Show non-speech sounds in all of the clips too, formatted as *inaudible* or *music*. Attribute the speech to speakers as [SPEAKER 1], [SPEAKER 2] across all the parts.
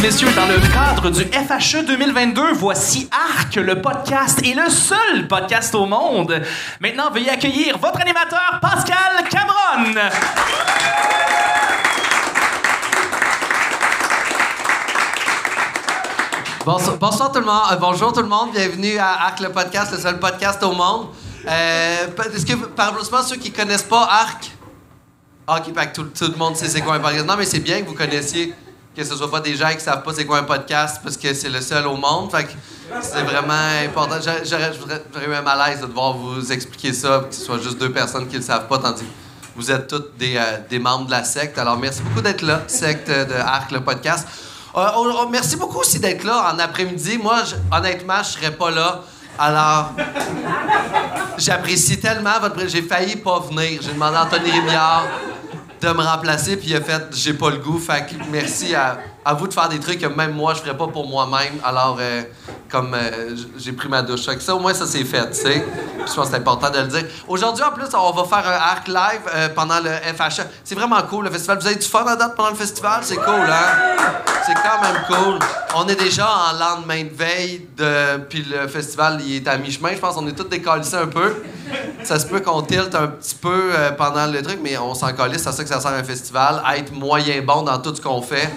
[SPEAKER 1] messieurs, dans le cadre du E FHE 2022, voici Arc, le podcast et le seul podcast au monde. Maintenant, veuillez accueillir votre animateur, Pascal Cameron.
[SPEAKER 2] Bonsoir, bonsoir tout le monde. Euh, bonjour tout le monde. Bienvenue à Arc le podcast, le seul podcast au monde. Euh, pa- Est-ce que, par applaudissement, ceux qui connaissent pas Arc, Arc, il paraît que tout, tout le monde sait c'est quoi un podcast. Non, mais c'est bien que vous connaissiez, que ce soit pas des gens qui savent pas c'est quoi un podcast parce que c'est le seul au monde. Fait que c'est vraiment important. J'a- J'aurais j'aurais- j'aurais eu un malaise de devoir vous expliquer ça, que ce soit juste deux personnes qui le savent pas, tandis que vous êtes toutes des, euh, des membres de la secte. Alors merci beaucoup d'être là, secte de Arc, le podcast. Euh, on- on- merci beaucoup aussi d'être là en après-midi. Moi, je- honnêtement, je serais pas là. Alors, J'apprécie tellement votre. pré- J'ai failli pas venir. J'ai demandé à Anthony Rémillard de me remplacer, puis il a fait j'ai pas le goût. Fait que merci à, à vous de faire des trucs que même moi je ferais pas pour moi-même. Alors, euh, comme euh, j- j'ai pris ma douche. Fait que ça, au moins, ça c'est fait, tu sais. Puis Je pense que c'est important de le dire. Aujourd'hui, en plus, on va faire un arc live euh, pendant le FHA. C'est vraiment cool, le festival. Vous avez du fun à date pendant le festival? C'est cool, hein? C'est quand même cool. On est déjà en lendemain de veille, de... puis le festival il est à mi-chemin. Je pense qu'on est tous décalissés un peu. Ça se peut qu'on tilte un petit peu euh, pendant le truc, mais on s'en calisse. C'est à ça que ça sert un festival, à être moyen bon dans tout ce qu'on fait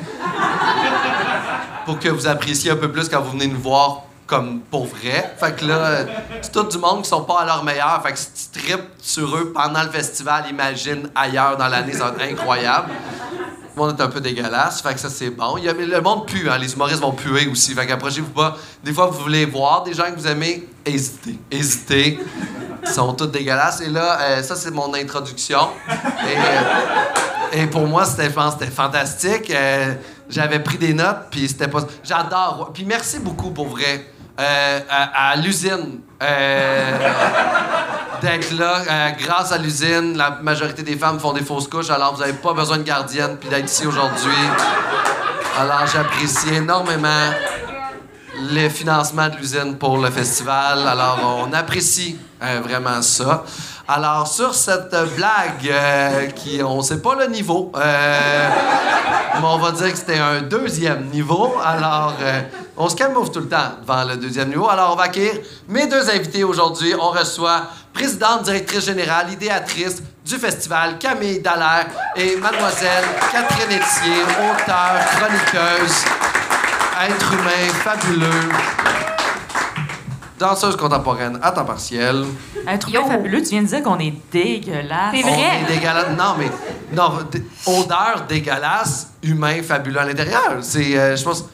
[SPEAKER 2] pour que vous appréciez un peu plus quand vous venez nous voir comme pour vrai. Fait que là, euh, c'est tout du monde qui sont pas à leur meilleur. Fait que si tu tripes sur eux pendant le festival, imagine ailleurs dans l'année, ça va être incroyable. Le monde est un peu dégueulasse, fait que ça c'est bon. Il y a- mais le monde pue, hein, les humoristes vont puer aussi. Fait qu'approchez-vous pas. Des fois, vous voulez voir des gens que vous aimez, hésitez. Hésitez. Ils sont tous dégueulasses. Et là, euh, ça c'est mon introduction. Et, euh, et pour moi, c'était, je pense, c'était fantastique. Euh, j'avais pris des notes, puis c'était pas. J'adore. Puis merci beaucoup pour vrai. Euh, à, à l'usine. Euh, *laughs* d'être là. Euh, grâce à l'usine, la majorité des femmes font des fausses couches, alors vous n'avez pas besoin de gardienne puis d'être ici aujourd'hui. Alors j'apprécie énormément le financement de l'usine pour le festival. Alors on apprécie euh, vraiment ça. Alors sur cette euh, blague euh, qui on sait pas le niveau, euh, mais on va dire que c'était un deuxième niveau. Alors euh, on se camoufle tout le temps devant le deuxième niveau. Alors on va accueillir mes deux invités aujourd'hui. On reçoit présidente, directrice générale, idéatrice du festival Camille Dallaire et mademoiselle Catherine Etier, auteure, chroniqueuse, être humain fabuleux, danseuse contemporaine à temps partiel.
[SPEAKER 3] Être humain fabuleux, tu viens de dire qu'on est dégueulasse.
[SPEAKER 4] C'est vrai.
[SPEAKER 2] On est dégueulasse. Non, mais. Non, d- odeur dégueulasse, humain fabuleux à l'intérieur. C'est. euh, je pense.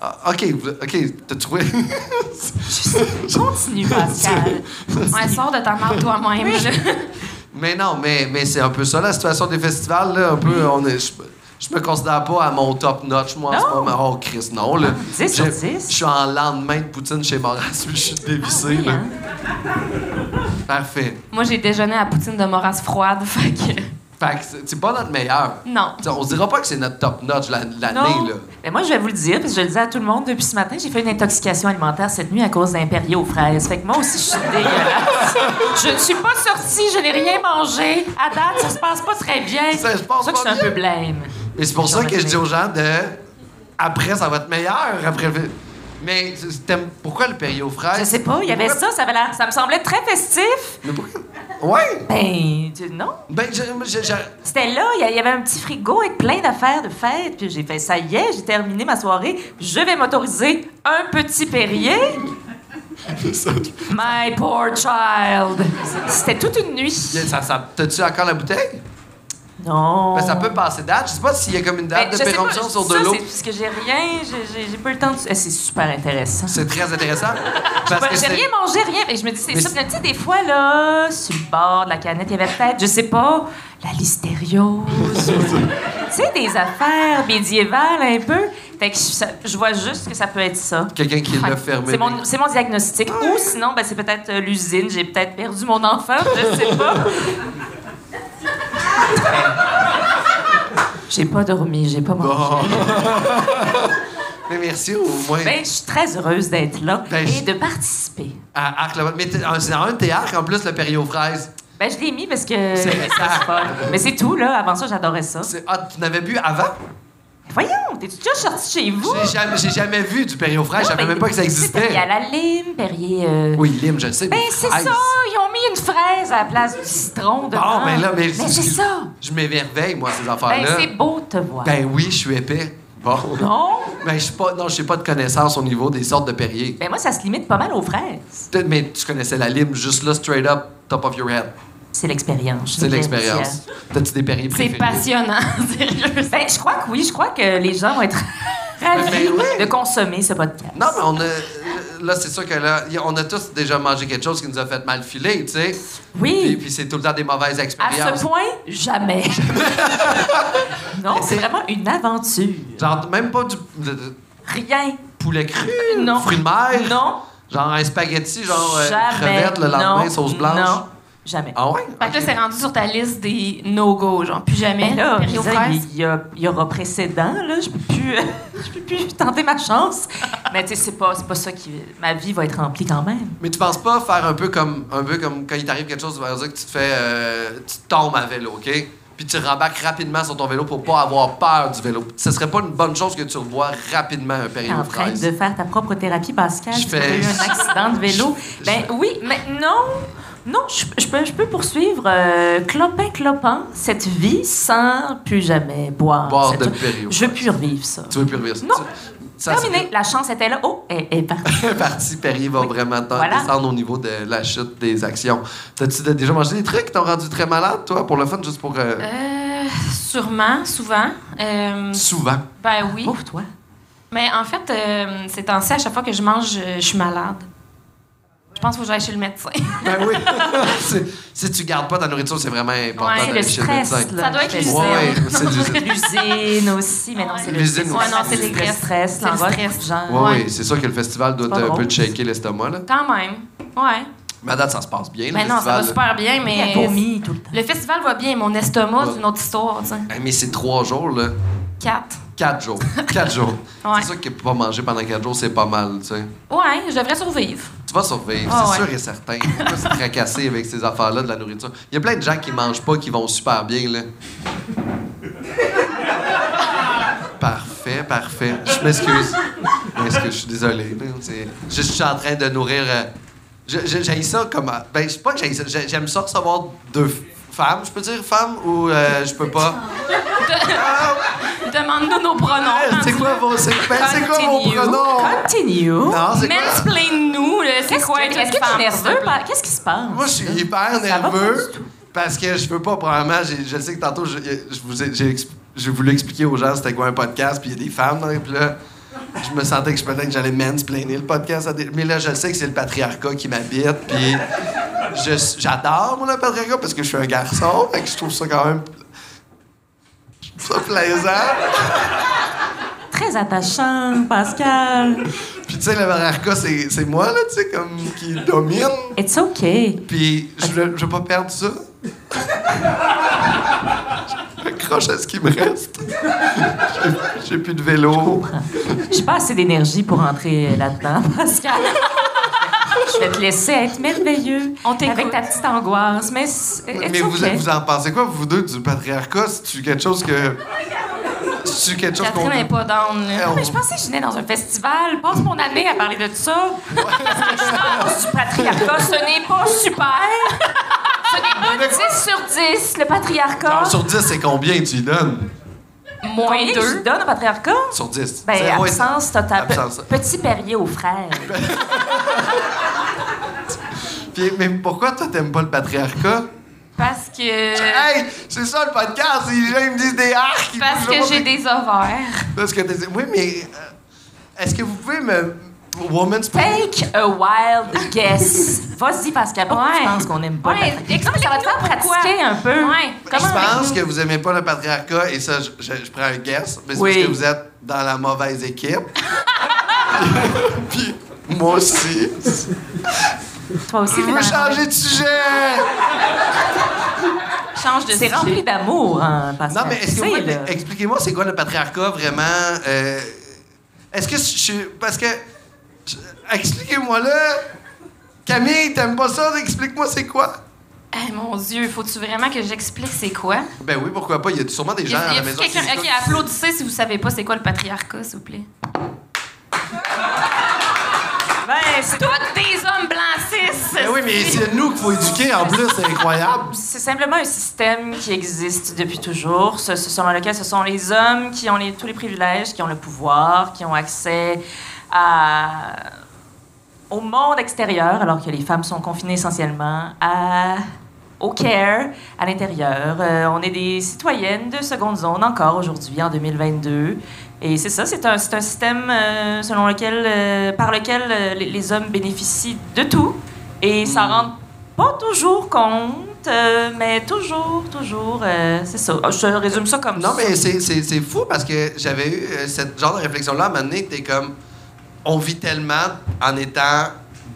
[SPEAKER 2] ah, OK, vous- OK, t'as trouvé. *laughs*
[SPEAKER 3] Continue, Pascal.
[SPEAKER 4] Ouais, sors de ta marde toi-même.
[SPEAKER 3] *laughs*
[SPEAKER 4] je-
[SPEAKER 2] mais non, mais, mais c'est un peu ça, la situation des festivals, là. Un peu. On est, je, je me considère pas à mon top notch, moi, en ce
[SPEAKER 3] Non.
[SPEAKER 2] moment. Oh, Chris, non, là.
[SPEAKER 3] 10 sur
[SPEAKER 2] Je-
[SPEAKER 3] 10.
[SPEAKER 2] Je suis en lendemain de Poutine chez Maurras, puis *laughs* je suis
[SPEAKER 4] Ah,
[SPEAKER 2] dévissé,
[SPEAKER 4] hein?
[SPEAKER 2] là. Parfait.
[SPEAKER 4] Moi, j'ai déjeuné à poutine de morasse froide, *laughs* fait que...
[SPEAKER 2] Fait que c'est- c'est pas notre meilleur.
[SPEAKER 4] Non.
[SPEAKER 2] T'sais, on se dira pas que c'est notre top notch la- l'année, là.
[SPEAKER 3] Mais Ben, moi, je vais vous le dire, parce que je le dis à tout le monde depuis ce matin, j'ai fait une intoxication alimentaire cette nuit à cause d'impériaux aux fraises. Fait que moi aussi, je suis
[SPEAKER 4] *laughs*
[SPEAKER 3] dégueulasse. je ne suis pas sortie, je n'ai rien mangé. À date, ça se passe pas très bien.
[SPEAKER 2] Ça se passe pas
[SPEAKER 3] C'est que je suis un
[SPEAKER 2] bien.
[SPEAKER 3] peu blême.
[SPEAKER 2] Mais c'est pour
[SPEAKER 3] Je
[SPEAKER 2] ça
[SPEAKER 3] vais
[SPEAKER 2] que je dis
[SPEAKER 3] retenir.
[SPEAKER 2] aux gens de. Après, ça va être meilleur. Après, le- mais c'est- t'aimes- pourquoi le période fraise?
[SPEAKER 3] Je sais pas, il y avait ça, ça, avait l'air- ça me semblait très festif.
[SPEAKER 2] Mais pourquoi- Ouais!
[SPEAKER 3] Ben, tu- non.
[SPEAKER 2] Ben, je- je- je-
[SPEAKER 3] C'était là, il y a- il y avait un petit frigo avec plein d'affaires de fête. Puis j'ai fait, ça y est, j'ai terminé ma soirée. Je vais m'autoriser un petit Perrier. My poor child. C'était toute une nuit.
[SPEAKER 2] ça, ça- T'as-tu encore la bouteille?
[SPEAKER 3] Non.
[SPEAKER 2] Ben, ça peut passer date. Je sais pas s'il y a comme une
[SPEAKER 3] Ben,
[SPEAKER 2] date
[SPEAKER 3] je
[SPEAKER 2] de
[SPEAKER 3] sais pas,
[SPEAKER 2] péremption sur de
[SPEAKER 3] ça,
[SPEAKER 2] l'eau.
[SPEAKER 3] c'est Parce que j'ai rien, j'ai- j'ai j'ai pas eu le temps. de- Eh, C'est super intéressant.
[SPEAKER 2] C'est très
[SPEAKER 3] *laughs*
[SPEAKER 2] intéressant. parce
[SPEAKER 3] Ouais,
[SPEAKER 2] que
[SPEAKER 3] J'ai
[SPEAKER 2] c'est-
[SPEAKER 3] rien mangé, rien. Et je me dis, c'est
[SPEAKER 2] Mais
[SPEAKER 3] ça. Tu sais, des fois, là, sur le bord de la canette, il y avait peut-être, je sais pas, la
[SPEAKER 2] *laughs*
[SPEAKER 3] listériose. ou- tu sais, des affaires médiévales un peu. Fait que je, ça- je vois juste que ça peut être ça.
[SPEAKER 2] Quelqu'un qui
[SPEAKER 3] Fait
[SPEAKER 2] l'a
[SPEAKER 3] que
[SPEAKER 2] fermé.
[SPEAKER 3] C'est mon, c'est mon diagnostic. Ou sinon, ben, c'est peut-être euh, l'usine. J'ai peut-être perdu mon enfant, je
[SPEAKER 2] *laughs*
[SPEAKER 3] sais pas. j'ai pas dormi, j'ai pas mangé.
[SPEAKER 2] Bon. mais merci au moins.
[SPEAKER 3] Ben, je suis très heureuse d'être là
[SPEAKER 2] Ben,
[SPEAKER 3] et
[SPEAKER 2] je-
[SPEAKER 3] de participer.
[SPEAKER 2] À Arc, le- mais t'es- ah, c'est dans un théâtre en plus, le période fraise.
[SPEAKER 3] Ben, je l'ai mis parce que. Mais ça, c'est pas- Mais c'est tout, là. Avant ça, j'adorais ça.
[SPEAKER 2] C'est- Ah, tu n'avais bu avant?
[SPEAKER 3] Voyons, donc? T'es-tu déjà sorti chez vous?
[SPEAKER 2] J'ai jamais, j'ai jamais vu du Perrier aux fraises, je
[SPEAKER 3] Non,
[SPEAKER 2] savais
[SPEAKER 3] mais
[SPEAKER 2] même pas que ça
[SPEAKER 3] tu sais, Perrier à
[SPEAKER 2] existait.
[SPEAKER 3] la lime, Perrier. euh,
[SPEAKER 2] Oui, lime, je le sais.
[SPEAKER 3] Ben,
[SPEAKER 2] mais
[SPEAKER 3] c'est
[SPEAKER 2] fraise.
[SPEAKER 3] ça! Ils ont mis une fraise à la place du citron dedans.
[SPEAKER 2] Ah, ben là, mais,
[SPEAKER 3] c'est ça!
[SPEAKER 2] Je m'émerveille, moi, ces
[SPEAKER 3] Ben,
[SPEAKER 2] affaires-là.
[SPEAKER 3] c'est beau de te voir.
[SPEAKER 2] Ben oui, je suis épais. Bon.
[SPEAKER 3] Non?
[SPEAKER 2] Ben, je suis pas, non, je n'ai pas de connaissances au niveau des sortes de Perrier.
[SPEAKER 3] Ben, moi, ça se limite pas mal aux fraises.
[SPEAKER 2] Peut-être, mais tu connaissais la lime juste là, straight up, top of your head.
[SPEAKER 3] C'est l'expérience.
[SPEAKER 2] C'est
[SPEAKER 3] je veux dire,
[SPEAKER 2] l'expérience. T'as-tu des Perrier
[SPEAKER 4] C'est
[SPEAKER 2] préférés?
[SPEAKER 4] passionnant,
[SPEAKER 3] tiens.
[SPEAKER 4] *laughs* sérieux.
[SPEAKER 3] Ben, je crois que oui. Je crois que les gens vont être ravis
[SPEAKER 2] Ben, oui.
[SPEAKER 3] de consommer ce podcast.
[SPEAKER 2] Non, mais on a. Là, c'est sûr que là, y- on a tous déjà mangé quelque chose qui nous a fait mal filer, tu sais.
[SPEAKER 3] Oui.
[SPEAKER 2] Puis, puis c'est tout le temps des mauvaises
[SPEAKER 3] À
[SPEAKER 2] expériences.
[SPEAKER 3] ce point,
[SPEAKER 2] *laughs*
[SPEAKER 3] jamais. non, c'est vraiment une aventure.
[SPEAKER 2] Genre, même pas du de- de-
[SPEAKER 3] Rien.
[SPEAKER 2] poulet cru,
[SPEAKER 3] Non.
[SPEAKER 2] fruits de mer.
[SPEAKER 3] Non.
[SPEAKER 2] Genre un spaghetti, genre euh,
[SPEAKER 3] jamais.
[SPEAKER 2] crevette le lendemain,
[SPEAKER 3] Non.
[SPEAKER 2] sauce blanche.
[SPEAKER 3] Non. Jamais.
[SPEAKER 2] Ah ouais?
[SPEAKER 4] Fait que là, c'est rendu sur ta liste des no-go, genre plus
[SPEAKER 3] Mais
[SPEAKER 4] jamais.
[SPEAKER 3] Ben là,
[SPEAKER 4] Perrier aux
[SPEAKER 3] Lisa,
[SPEAKER 4] fraises.
[SPEAKER 3] il y, a- il y aura précédent, là. Je peux plus, *laughs* je peux plus tenter ma chance. Mais tu sais, c'est pas, c'est pas ça qui. Ma vie va être remplie quand même.
[SPEAKER 2] Mais tu penses pas faire un peu comme un peu comme quand il t'arrive quelque chose, tu vas dire que tu te fais euh, tu tombes à vélo, OK? Puis tu rembarques rapidement sur ton vélo pour pas avoir peur du vélo. Ce serait pas une bonne chose que tu revois rapidement un
[SPEAKER 3] T'es
[SPEAKER 2] péril
[SPEAKER 3] en
[SPEAKER 2] aux
[SPEAKER 3] train
[SPEAKER 2] fraises.
[SPEAKER 3] Ah, de faire ta propre thérapie, Pascal.
[SPEAKER 2] Je
[SPEAKER 3] Tu
[SPEAKER 2] fais-
[SPEAKER 3] as eu un accident de vélo.
[SPEAKER 2] *laughs* Je-
[SPEAKER 3] ben oui, mais non. Non, je, je peux, je peux poursuivre euh, clopin clopin cette vie sans plus jamais boire.
[SPEAKER 2] Boire
[SPEAKER 3] cette-
[SPEAKER 2] de Perrier aux
[SPEAKER 3] Je veux
[SPEAKER 2] fraises.
[SPEAKER 3] plus revivre ça.
[SPEAKER 2] Tu veux plus revivre ça?
[SPEAKER 3] Non.
[SPEAKER 2] Tu- Ça
[SPEAKER 3] Terminé. La chance était là. Oh, elle elle est partie.
[SPEAKER 2] c'est *laughs* parti, Perrier va vraiment te-
[SPEAKER 3] Voilà.
[SPEAKER 2] descendre au niveau de la chute des actions. T'as-tu de- déjà mangé des trucs qui t'ont rendu très malade, toi, pour le fun, juste pour... euh,
[SPEAKER 4] Euh, sûrement, souvent. Euh,
[SPEAKER 2] Souvent.
[SPEAKER 4] ben
[SPEAKER 2] Ah,
[SPEAKER 4] oui.
[SPEAKER 3] Pauvre toi.
[SPEAKER 4] Mais en fait, euh, ces temps-ci, à chaque fois que je mange, euh, je, je suis malade. Je pense qu'il faut que j'aille chez le médecin. *laughs*
[SPEAKER 2] Ben oui. *laughs* C'est- si tu gardes pas ta nourriture, c'est vraiment important
[SPEAKER 4] Ouais,
[SPEAKER 2] d'aller
[SPEAKER 4] c'est
[SPEAKER 3] le
[SPEAKER 2] chez
[SPEAKER 3] stress,
[SPEAKER 2] le médecin.
[SPEAKER 3] là.
[SPEAKER 4] Ça doit être
[SPEAKER 3] Ouais,
[SPEAKER 4] l'usine.
[SPEAKER 2] Ouais, ouais, c'est du...
[SPEAKER 3] L'usine aussi, mais non,
[SPEAKER 4] Ouais.
[SPEAKER 3] *laughs* c'est le
[SPEAKER 2] L'usine
[SPEAKER 3] stress.
[SPEAKER 2] aussi.
[SPEAKER 4] Ouais, non, c'est le
[SPEAKER 3] le
[SPEAKER 4] stress.
[SPEAKER 3] stress,
[SPEAKER 4] C'est le
[SPEAKER 3] l'angoisse,
[SPEAKER 4] stress.
[SPEAKER 3] du genre.
[SPEAKER 2] Ouais,
[SPEAKER 4] Ouais.
[SPEAKER 2] oui, c'est sûr que le festival doit
[SPEAKER 3] pas
[SPEAKER 2] un peu
[SPEAKER 3] drôle,
[SPEAKER 2] te shaker l'estomac. Là.
[SPEAKER 4] Quand même. Ouais.
[SPEAKER 2] Mais à date, ça se passe bien.
[SPEAKER 4] Mais
[SPEAKER 2] le
[SPEAKER 4] Ben non, ça
[SPEAKER 2] festival,
[SPEAKER 4] va
[SPEAKER 2] là.
[SPEAKER 4] super bien,
[SPEAKER 3] Il a
[SPEAKER 4] mais.
[SPEAKER 3] vomi tout le temps.
[SPEAKER 4] Le festival va bien, mon estomac,
[SPEAKER 2] Ouais.
[SPEAKER 4] c'est une autre histoire, tu sais.
[SPEAKER 2] Hey, mais c'est trois jours, là.
[SPEAKER 4] Quatre.
[SPEAKER 2] Quatre jours. Quatre jours.
[SPEAKER 4] Ouais.
[SPEAKER 2] C'est sûr que pas manger pendant quatre jours, c'est pas mal, tu sais.
[SPEAKER 4] Ouais, je devrais survivre.
[SPEAKER 2] Tu vas survivre,
[SPEAKER 4] Ah,
[SPEAKER 2] c'est
[SPEAKER 4] ouais.
[SPEAKER 2] sûr et certain. Faut pas se tracasser avec ces affaires-là de la nourriture. Il y a plein de gens qui mangent pas, qui vont super bien, là. Parfait, parfait. Je m'excuse. Je m'excuse, je suis désolé. là. C'est- Je, je suis en train de nourrir. euh, je- je- J'ai ça comme. Ben, c'est pas que j'ai ça. j'ai- J'aime ça recevoir deux f- femmes. Je peux dire femmes ou euh, je peux pas?
[SPEAKER 4] Demande-nous nos pronoms.
[SPEAKER 2] Hey, Ah, Eh, c'est quoi vos, c'est ben, c'est quoi vos
[SPEAKER 4] Ah Continue.
[SPEAKER 2] pronoms?
[SPEAKER 3] Continue.
[SPEAKER 2] Non, c'est quoi?
[SPEAKER 4] Mansplain-nous, là, c'est
[SPEAKER 3] Qu'est-ce
[SPEAKER 4] quoi
[SPEAKER 3] que
[SPEAKER 4] être
[SPEAKER 3] est-ce
[SPEAKER 4] une
[SPEAKER 3] que tu es
[SPEAKER 4] femme?
[SPEAKER 3] nerveux? par- Qu'est-ce qui se passe?
[SPEAKER 2] Moi, je suis hyper
[SPEAKER 3] va pas
[SPEAKER 2] nerveux
[SPEAKER 3] du
[SPEAKER 2] parce que je veux pas, probablement, j'ai- je sais que tantôt, je, je vous ai, j'ai expl- j'ai voulu expliquer aux gens c'était quoi un podcast, puis il y a des femmes, hein, puis là, je me sentais que je peut-être que j'allais mansplainer le podcast. à des- Mais là, je sais que c'est le patriarcat qui m'habite, puis je- j'adore, moi, le patriarcat, parce que je suis un garçon, fait que je trouve ça quand même... Je trouve ça plaisant.
[SPEAKER 3] Très attachant, Pascal.
[SPEAKER 2] Puis tu sais, le patriarcat, c'est c'est moi, là, tu sais, comme qui domine.
[SPEAKER 3] It's okay.
[SPEAKER 2] Puis je veux, je veux pas perdre ça. je m'accroche à ce qui me reste. J'ai- J'ai plus de vélo.
[SPEAKER 3] J'ai pas assez d'énergie pour entrer là-dedans, *laughs* Pascal. Je vais te laisser être merveilleux.
[SPEAKER 4] On t'écoute.
[SPEAKER 3] Avec ta petite angoisse, mais c'est
[SPEAKER 2] Mais vous, vous en pensez quoi, vous deux, du patriarcat? C'est-tu quelque chose que. C'est-tu quelque chose qu'on.
[SPEAKER 4] Catherine n'est pas down, là.
[SPEAKER 2] Eh, on-
[SPEAKER 3] Mais je pensais que je venais dans un festival. Passe mon année à parler de ça. Parce que je pense du patriarcat, ce n'est pas super. Ce n'est pas 10 sur 10, le patriarcat.
[SPEAKER 2] Genre, sur 10, c'est combien tu y donnes?
[SPEAKER 4] Moins
[SPEAKER 3] Combien
[SPEAKER 4] deux.
[SPEAKER 3] tu donnes au patriarcat?
[SPEAKER 2] Sur 10.
[SPEAKER 3] Ben,
[SPEAKER 2] Zéro et-
[SPEAKER 3] absence totale.
[SPEAKER 2] Absence.
[SPEAKER 3] Pe- Petit Perrier aux frères.
[SPEAKER 2] Puis, mais pourquoi toi, t'aimes pas le patriarcat?
[SPEAKER 4] Euh. Parce que.
[SPEAKER 2] Hey, c'est ça le podcast. Les gens ils me disent des arcs. ils
[SPEAKER 4] Parce
[SPEAKER 2] bougent le
[SPEAKER 4] que
[SPEAKER 2] monde.
[SPEAKER 4] j'ai des ovaires.
[SPEAKER 2] Parce que t'es- Oui, mais. euh, Est-ce que vous pouvez me. Woman's
[SPEAKER 3] Take a wild guess. Vas-y, Pascal. Pourquoi
[SPEAKER 4] Ouais.
[SPEAKER 3] tu penses qu'on aime pas le
[SPEAKER 4] Ouais,
[SPEAKER 3] patriarcat? Non, mais ça va te faire
[SPEAKER 4] explique-nous
[SPEAKER 3] pratiquer un peu.
[SPEAKER 4] Ouais. Comment
[SPEAKER 2] je pense que vous aimez pas le patriarcat et ça, je, je- je prends un guess, mais c'est
[SPEAKER 3] Oui.
[SPEAKER 2] parce que vous êtes dans la mauvaise équipe. *laughs* Puis moi aussi.
[SPEAKER 3] Toi aussi,
[SPEAKER 2] Je
[SPEAKER 3] t'es dans
[SPEAKER 2] veux
[SPEAKER 3] la
[SPEAKER 2] changer de sujet.
[SPEAKER 4] Change de
[SPEAKER 3] C'est
[SPEAKER 4] sujet.
[SPEAKER 3] rempli d'amour, hein,
[SPEAKER 2] Non,
[SPEAKER 3] Pascal.
[SPEAKER 2] mais est-ce que
[SPEAKER 3] Tu
[SPEAKER 2] vous
[SPEAKER 3] sais,
[SPEAKER 2] pouvez-
[SPEAKER 3] là.
[SPEAKER 2] expliquez-moi c'est quoi le patriarcat vraiment euh, Est-ce que je suis parce que je- expliquez-moi là. Camille, t'aimes pas ça Explique-moi c'est quoi
[SPEAKER 4] Hey, mon Dieu, faut-tu vraiment que j'explique c'est quoi?
[SPEAKER 2] Ben oui, pourquoi pas? Il y a sûrement des
[SPEAKER 4] Y
[SPEAKER 2] gens
[SPEAKER 4] a-
[SPEAKER 2] à
[SPEAKER 4] y
[SPEAKER 2] la
[SPEAKER 4] a plus
[SPEAKER 2] maison qui
[SPEAKER 4] quelqu'un.
[SPEAKER 2] nous
[SPEAKER 4] Ok,
[SPEAKER 2] écoutent.
[SPEAKER 4] applaudissez si vous savez pas c'est quoi le patriarcat, s'il vous plaît.
[SPEAKER 3] Ben, c'est
[SPEAKER 4] Tous des hommes blancs cis!
[SPEAKER 2] Ben oui, mais c'est nous qu'il faut éduquer en plus, c'est incroyable.
[SPEAKER 3] C'est simplement un système qui existe depuis toujours, ce, ce- selon lequel ce sont les hommes qui ont les- tous les privilèges, qui ont le pouvoir, qui ont accès à- au monde extérieur, alors que les femmes sont confinées essentiellement à- au care à l'intérieur. Euh, on est des citoyennes de seconde zone encore aujourd'hui, en 2022. Et c'est ça, c'est un, c'est un système euh, selon lequel, euh, par lequel euh, les, les hommes bénéficient de tout et
[SPEAKER 2] Mm.
[SPEAKER 3] ça rentre pas toujours compte, euh, mais toujours, toujours, euh, c'est ça. Je te résume ça comme
[SPEAKER 2] Non,
[SPEAKER 3] ça.
[SPEAKER 2] mais c'est- c'est c'est fou parce que j'avais eu euh, cette genre de réflexion-là à un moment donné que t'es comme. On vit tellement en étant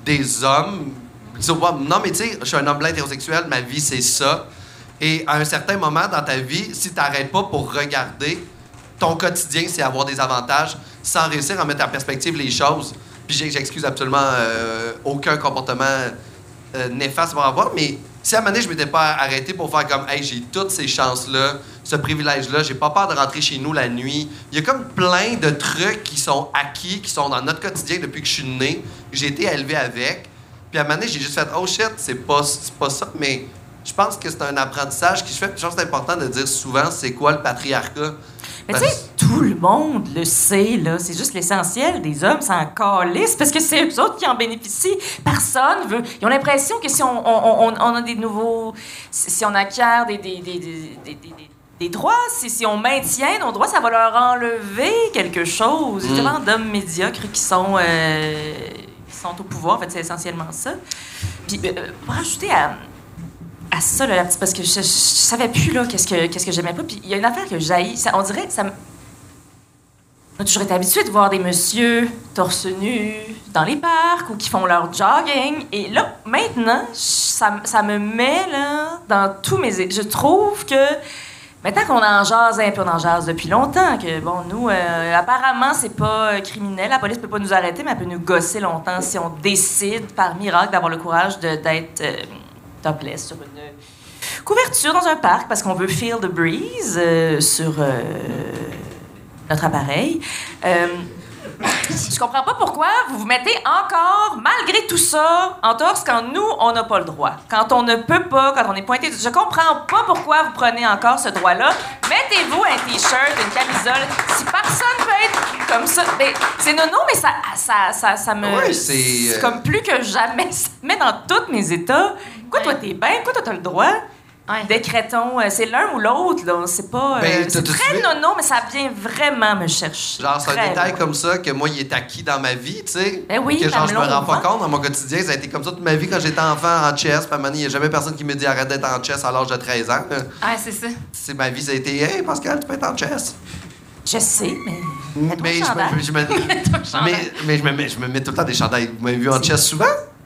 [SPEAKER 2] des hommes. Tu sais, ouais, non, mais tu sais, je suis un homme blanc hétérosexuel, ma vie, c'est ça. Et à un certain moment dans ta vie, si t'arrêtes pas pour regarder, ton quotidien, c'est avoir des avantages sans réussir à mettre en perspective les choses. Puis j'ai- j'excuse absolument euh, aucun comportement euh, néfaste par rapport, mais si à un moment donné, je m'étais pas arrêté pour faire comme, hey, j'ai toutes ces chances-là, ce privilège-là, j'ai pas peur de rentrer chez nous la nuit. Il y a comme plein de trucs qui sont acquis, qui sont dans notre quotidien depuis que je suis né. J'ai été élevé avec. Puis à un moment donné, j'ai juste fait, oh shit, c'est pas, c'est pas ça, mais je pense que c'est un apprentissage qui se fait. Puis je pense que c'est important de dire souvent, c'est quoi le patriarcat?
[SPEAKER 3] Mais tu sais, tout le monde le sait, là. C'est juste l'essentiel des hommes, s'en calissent, parce que c'est eux autres qui en bénéficient. Personne veut. Ils ont l'impression que si on, on- on- on a des nouveaux. Si si on acquiert des, des, des- des- des- des- des droits, si, si on maintient nos droits, ça va leur enlever quelque chose. Il y a tellement d'hommes médiocres qui sont. euh, qui sont au pouvoir, en fait, c'est essentiellement ça. Puis, euh, pour ajouter à, à ça, là, la petite- parce que je, je- je savais plus là, qu'est-ce que, qu'est-ce que j'aimais pas. Puis il y a une affaire que j'haïs. Ça, on dirait que ça me. On a toujours été habitué de voir des messieurs torse nu dans les parcs ou qui font leur jogging. Et là, maintenant, je- ça, me- ça me met là, dans tous mes. é- Je trouve que. Maintenant qu'on en jase un peu, on en jase depuis longtemps, que bon, nous, euh, apparemment, c'est pas euh, criminel. La police peut pas nous arrêter, mais elle peut nous gosser longtemps si on décide, par miracle, d'avoir le courage de- d'être euh, topless sur une couverture dans un parc parce qu'on veut feel the breeze euh, sur euh, notre appareil. Euh, je comprends pas pourquoi vous vous mettez encore, malgré tout ça, en torse quand nous, on n'a pas le droit. Quand on ne peut pas, quand on est pointé. du- Je comprends pas pourquoi vous prenez encore ce droit-là. Mettez-vous un T-shirt, une camisole. Si personne peut être comme ça, ben, c'est nono, mais ça, ça, ça, ça me...
[SPEAKER 2] Ouais, c'est, euh,
[SPEAKER 3] comme plus que jamais, ça me met dans tous mes états. Quoi, toi, t'es bien? Quoi, toi, t'as le droit?
[SPEAKER 4] Ouais.
[SPEAKER 3] Des crétons, euh, c'est l'un ou l'autre, là. C'est pas. euh,
[SPEAKER 2] Ben, t'as
[SPEAKER 3] c'est
[SPEAKER 2] tout
[SPEAKER 3] très
[SPEAKER 2] suivi.
[SPEAKER 3] non, non, mais ça vient vraiment me chercher.
[SPEAKER 2] Genre, c'est un
[SPEAKER 3] Très
[SPEAKER 2] détail
[SPEAKER 3] loin.
[SPEAKER 2] comme ça que moi, il est acquis dans ma vie, tu sais.
[SPEAKER 3] Ben oui,
[SPEAKER 2] que genre, je me
[SPEAKER 3] mamelon,
[SPEAKER 2] rends pas
[SPEAKER 3] hein.
[SPEAKER 2] compte. Dans mon quotidien, ça a été comme ça toute ma vie quand j'étais enfant en chess. Puis à un moment donné, il n'y a jamais personne qui me dit arrête d'être en chess à l'âge de 13 ans. *laughs*
[SPEAKER 4] Ouais, Ah, c'est *laughs* ça.
[SPEAKER 2] C'est ma vie, ça a été Hey, Pascal, tu peux être en chess.
[SPEAKER 3] Je sais, mais.
[SPEAKER 2] Mais je,
[SPEAKER 3] chandail.
[SPEAKER 2] me- je
[SPEAKER 3] *laughs*
[SPEAKER 2] me,
[SPEAKER 4] chandail.
[SPEAKER 2] mais, mais je, me mets, je me mets tout le temps des chandails. Vous m'avez vu en chess souvent?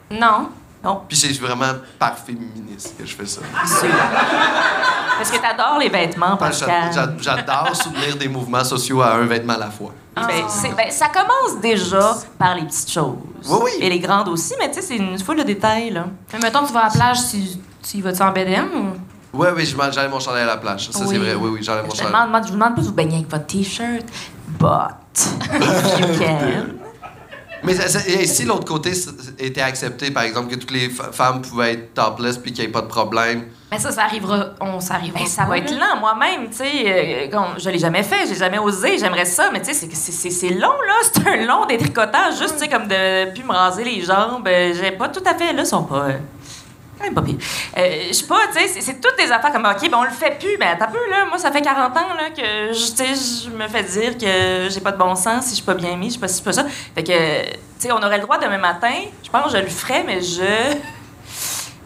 [SPEAKER 4] Non.
[SPEAKER 3] Non,
[SPEAKER 2] Puis c'est vraiment par féministe que je fais ça.
[SPEAKER 3] sûr. Parce que t'adores les vêtements,
[SPEAKER 2] J'a-
[SPEAKER 3] Pascal.
[SPEAKER 2] j'a- Ah,
[SPEAKER 3] *laughs*
[SPEAKER 2] J'adore soutenir des mouvements sociaux à un vêtement à la fois.
[SPEAKER 3] Ben, c'est- ben, ça commence déjà par les petites choses.
[SPEAKER 2] Oui, oui.
[SPEAKER 3] Et les grandes aussi, mais tu sais, c'est une foule de détails, là.
[SPEAKER 4] Mais mettons, tu vas à la plage, tu, tu y vas-tu en BDM ou.
[SPEAKER 2] Oui, oui, je m'en- j'enlève mon chandail à la plage. Ça,
[SPEAKER 4] Oui.
[SPEAKER 2] c'est vrai. Oui, oui, j'enlève mon
[SPEAKER 3] Je,
[SPEAKER 2] chandail.
[SPEAKER 3] demande- demande- je vous demande pas de vous baigner avec votre T-shirt, but. *laughs* if you can.
[SPEAKER 2] Mais ça- ça- et si l'autre côté s- était accepté, par exemple, que toutes les f- femmes pouvaient être topless puis qu'il n'y ait pas de problème,
[SPEAKER 4] Mais ça, ça arrivera. On s'arrivera.
[SPEAKER 3] Ben, ça va être lent moi-même, tu sais. euh, quand- je l'ai jamais fait, j'ai jamais osé, j'aimerais ça, mais tu sais, c'est- c'est- c'est c'est long, là. *laughs* C'est un long détricotage, juste, tu sais, comme de plus me raser les jambes. euh, J'ai pas tout à fait, là, ils sont pas. euh, quand même pas pire. Euh, je sais pas, tu sais, c'est- c'est toutes des affaires comme, OK, ben on le fait plus, mais attends un peu, là. Moi, ça fait 40 ans, là, que, je- tu sais, je me fais dire que j'ai pas de bon sens, si je suis pas bien mis, je sais pas si je suis pas ça. Fait que, tu sais, on aurait le droit demain matin. Je pense que je le ferais, mais je.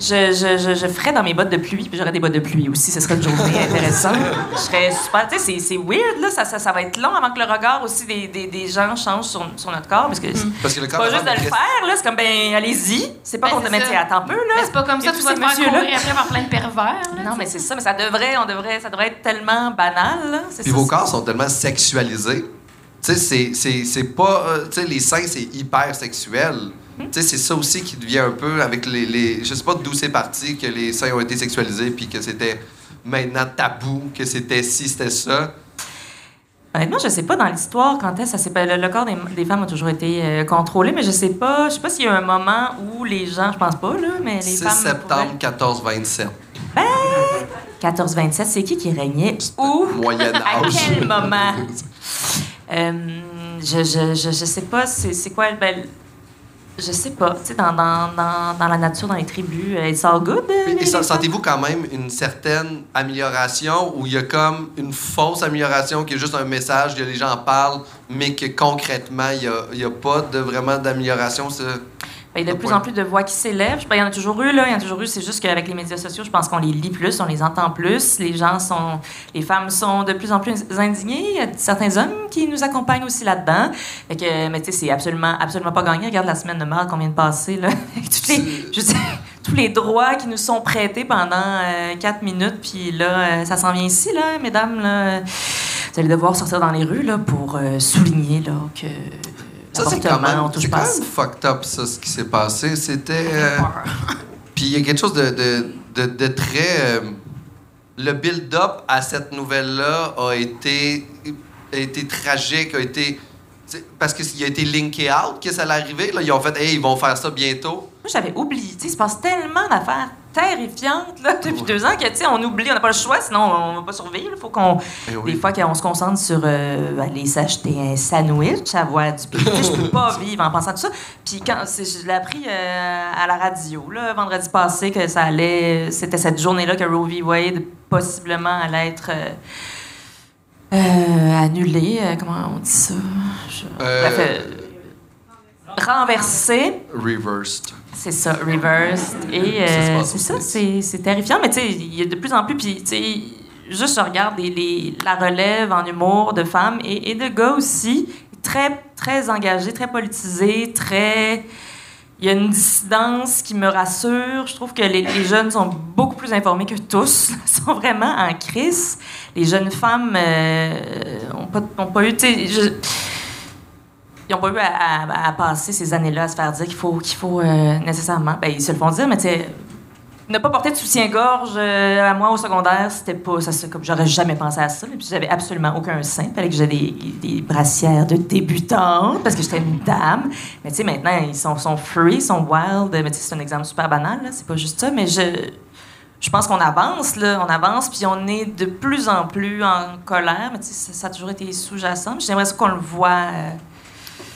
[SPEAKER 3] Je, je, je, je ferais dans mes bottes de pluie, puis j'aurais des bottes de pluie aussi. Ce serait une
[SPEAKER 4] *laughs*
[SPEAKER 3] journée intéressante. Je serais super. Tu sais, c'est- c'est weird, là. Ça, ça, ça va être long avant que le regard aussi des, des, des gens change sur, sur notre corps. Parce que
[SPEAKER 4] Mm.
[SPEAKER 3] c'est
[SPEAKER 2] parce que le corps
[SPEAKER 3] pas
[SPEAKER 2] de
[SPEAKER 3] juste de
[SPEAKER 2] femme
[SPEAKER 3] le
[SPEAKER 2] est très-
[SPEAKER 3] faire, là. C'est comme, ben, allez-y. C'est pas
[SPEAKER 4] Ben,
[SPEAKER 3] qu'on te
[SPEAKER 4] c'est
[SPEAKER 3] mette,
[SPEAKER 4] ça. Ben,
[SPEAKER 3] attends un peu, là.
[SPEAKER 4] Mais c'est pas comme
[SPEAKER 3] Et
[SPEAKER 4] ça que
[SPEAKER 3] tous
[SPEAKER 4] tu vas
[SPEAKER 3] ces
[SPEAKER 4] te faire
[SPEAKER 3] messieurs-là.
[SPEAKER 4] courir après par plein de pervers. là,
[SPEAKER 3] Non,
[SPEAKER 4] tu
[SPEAKER 3] mais
[SPEAKER 4] sais.
[SPEAKER 3] c'est ça. Mais ça devrait, on devrait, ça devrait être tellement banal, là. C'est
[SPEAKER 2] Puis
[SPEAKER 3] ça,
[SPEAKER 2] vos
[SPEAKER 3] c'est-
[SPEAKER 2] corps sont tellement sexualisés. Tu sais, c'est- c'est c'est pas. euh, tu sais, les seins, c'est hyper sexuel.
[SPEAKER 3] Hmm.
[SPEAKER 2] Tu sais, c'est ça aussi qui devient un peu avec les, les- je sais pas d'où c'est parti que les seins ont été sexualisés puis que c'était maintenant tabou, que c'était ci, c'était ça.
[SPEAKER 3] Honnêtement, je sais pas dans l'histoire quand est-ce que ça s'est pas. Le, le corps des, des femmes a toujours été euh, contrôlé, mais je sais pas. Je sais pas s'il y a eu un moment où les gens, je pense pas là, mais les
[SPEAKER 2] 6
[SPEAKER 3] femmes.
[SPEAKER 2] septembre 1427.
[SPEAKER 3] 14-27, c'est qui qui régnait Où
[SPEAKER 2] Moyen
[SPEAKER 3] *laughs* À
[SPEAKER 2] Âge. *laughs*
[SPEAKER 3] quel moment Euh, je, je, je, je sais pas, c'est c'est quoi. Ben, je sais pas. Tu sais, dans, dans, dans, dans la nature, dans les tribus, euh, it's all good. euh,
[SPEAKER 2] Mais-
[SPEAKER 3] les-
[SPEAKER 2] Et ça-
[SPEAKER 3] les femmes?
[SPEAKER 2] sentez-vous quand même une certaine amélioration où il y a comme une fausse amélioration qui est juste un message que les gens parlent, mais que concrètement, il n'y a, pas de, vraiment d'amélioration? ça?
[SPEAKER 3] Ben, il y a de
[SPEAKER 2] Le
[SPEAKER 3] plus
[SPEAKER 2] point.
[SPEAKER 3] en plus de voix qui s'élèvent. Je- ben, Il y en a toujours eu, là. Il y en a toujours eu. C'est juste qu'avec les médias sociaux, je pense qu'on les lit plus, on les entend plus. Les gens sont. Les femmes sont de plus en plus indignées. Il y a certains hommes qui nous accompagnent aussi là-dedans. Fait que, mais tu sais, c'est absolument, absolument pas gagné. Regarde la semaine de mal qu'on vient de passer, là. *laughs* Avec toutes les- je veux dire, *laughs* tous les droits qui nous sont prêtés pendant euh, quatre minutes. Puis là, euh, ça s'en vient ici, là, mesdames, là. Vous allez devoir sortir dans les rues, là, pour euh, souligner, là, que. euh,
[SPEAKER 2] Ça, c'est quand
[SPEAKER 3] l'avortement,
[SPEAKER 2] même,
[SPEAKER 3] on touche
[SPEAKER 2] c'est
[SPEAKER 3] pas
[SPEAKER 2] quand
[SPEAKER 3] à ça.
[SPEAKER 2] même fucked up, ça, ce qui s'est passé. C'était... euh, Puis il y a quelque chose de, de, de- de très... euh, le build-up à cette nouvelle-là a été, a été tragique, a été... c'est- Parce qu'il a été linké out que ça allait arriver. Là. Ils ont fait, hey, ils vont faire ça bientôt.
[SPEAKER 3] Moi, j'avais oublié. Tu sais, il se passe tellement d'affaires terrifiantes là, depuis deux ans que, tu sais, on oublie, on n'a pas le choix, sinon on va pas survivre. Il faut qu'on.
[SPEAKER 2] Eh oui.
[SPEAKER 3] Des fois, qu'on se concentre sur euh, aller s'acheter un sandwich, avoir du pain. Tu sais, Je peux pas vivre en pensant à tout ça. Puis quand c'est- je l'ai appris euh, à la radio, là, vendredi passé, que ça allait. C'était cette journée-là que Roe v. Wade possiblement allait être. euh, euh, annulé, euh, comment on dit ça? Je-
[SPEAKER 2] Euh,
[SPEAKER 3] Bref, euh, renversé.
[SPEAKER 2] Reversed.
[SPEAKER 3] C'est ça, reverse. Et euh,
[SPEAKER 2] Ça se passe
[SPEAKER 3] c'est
[SPEAKER 2] au
[SPEAKER 3] ça,
[SPEAKER 2] Québec.
[SPEAKER 3] c'est c'est terrifiant, mais tu sais, il y a de plus en plus. Puis, tu sais, juste je regarde les, les- la relève en humour de femmes et, et de gars aussi, très, très engagés, très politisés, très. Il y a une dissidence qui me rassure. Je trouve que les, les jeunes sont beaucoup plus informés que tous. *laughs* Ils sont vraiment en crise. Les jeunes femmes n'ont pas, ont pas eu. tu sais, je- ils n'ont pas eu à, à- à passer ces années-là à se faire dire qu'il faut, qu'il faut euh, nécessairement. Ben, ils se le font dire, mais tu sais, ne pas porter de soutien-gorge euh, à moi au secondaire, c'était pas. Ça, c'est comme j'aurais jamais pensé à ça. là. Puis j'avais absolument aucun sein. Il fallait que j'ai des, des brassières de débutante parce que j'étais une dame. Mais tu sais, maintenant, ils sont, sont free, ils sont wild. Mais tu sais, c'est un exemple super banal, là. C'est pas juste ça, mais je. Je pense qu'on avance, là. On avance, puis on est de plus en plus en colère. Mais tu sais, ça, ça a toujours été sous-jacent. Puis J'ai l'impression qu'on le voit. euh,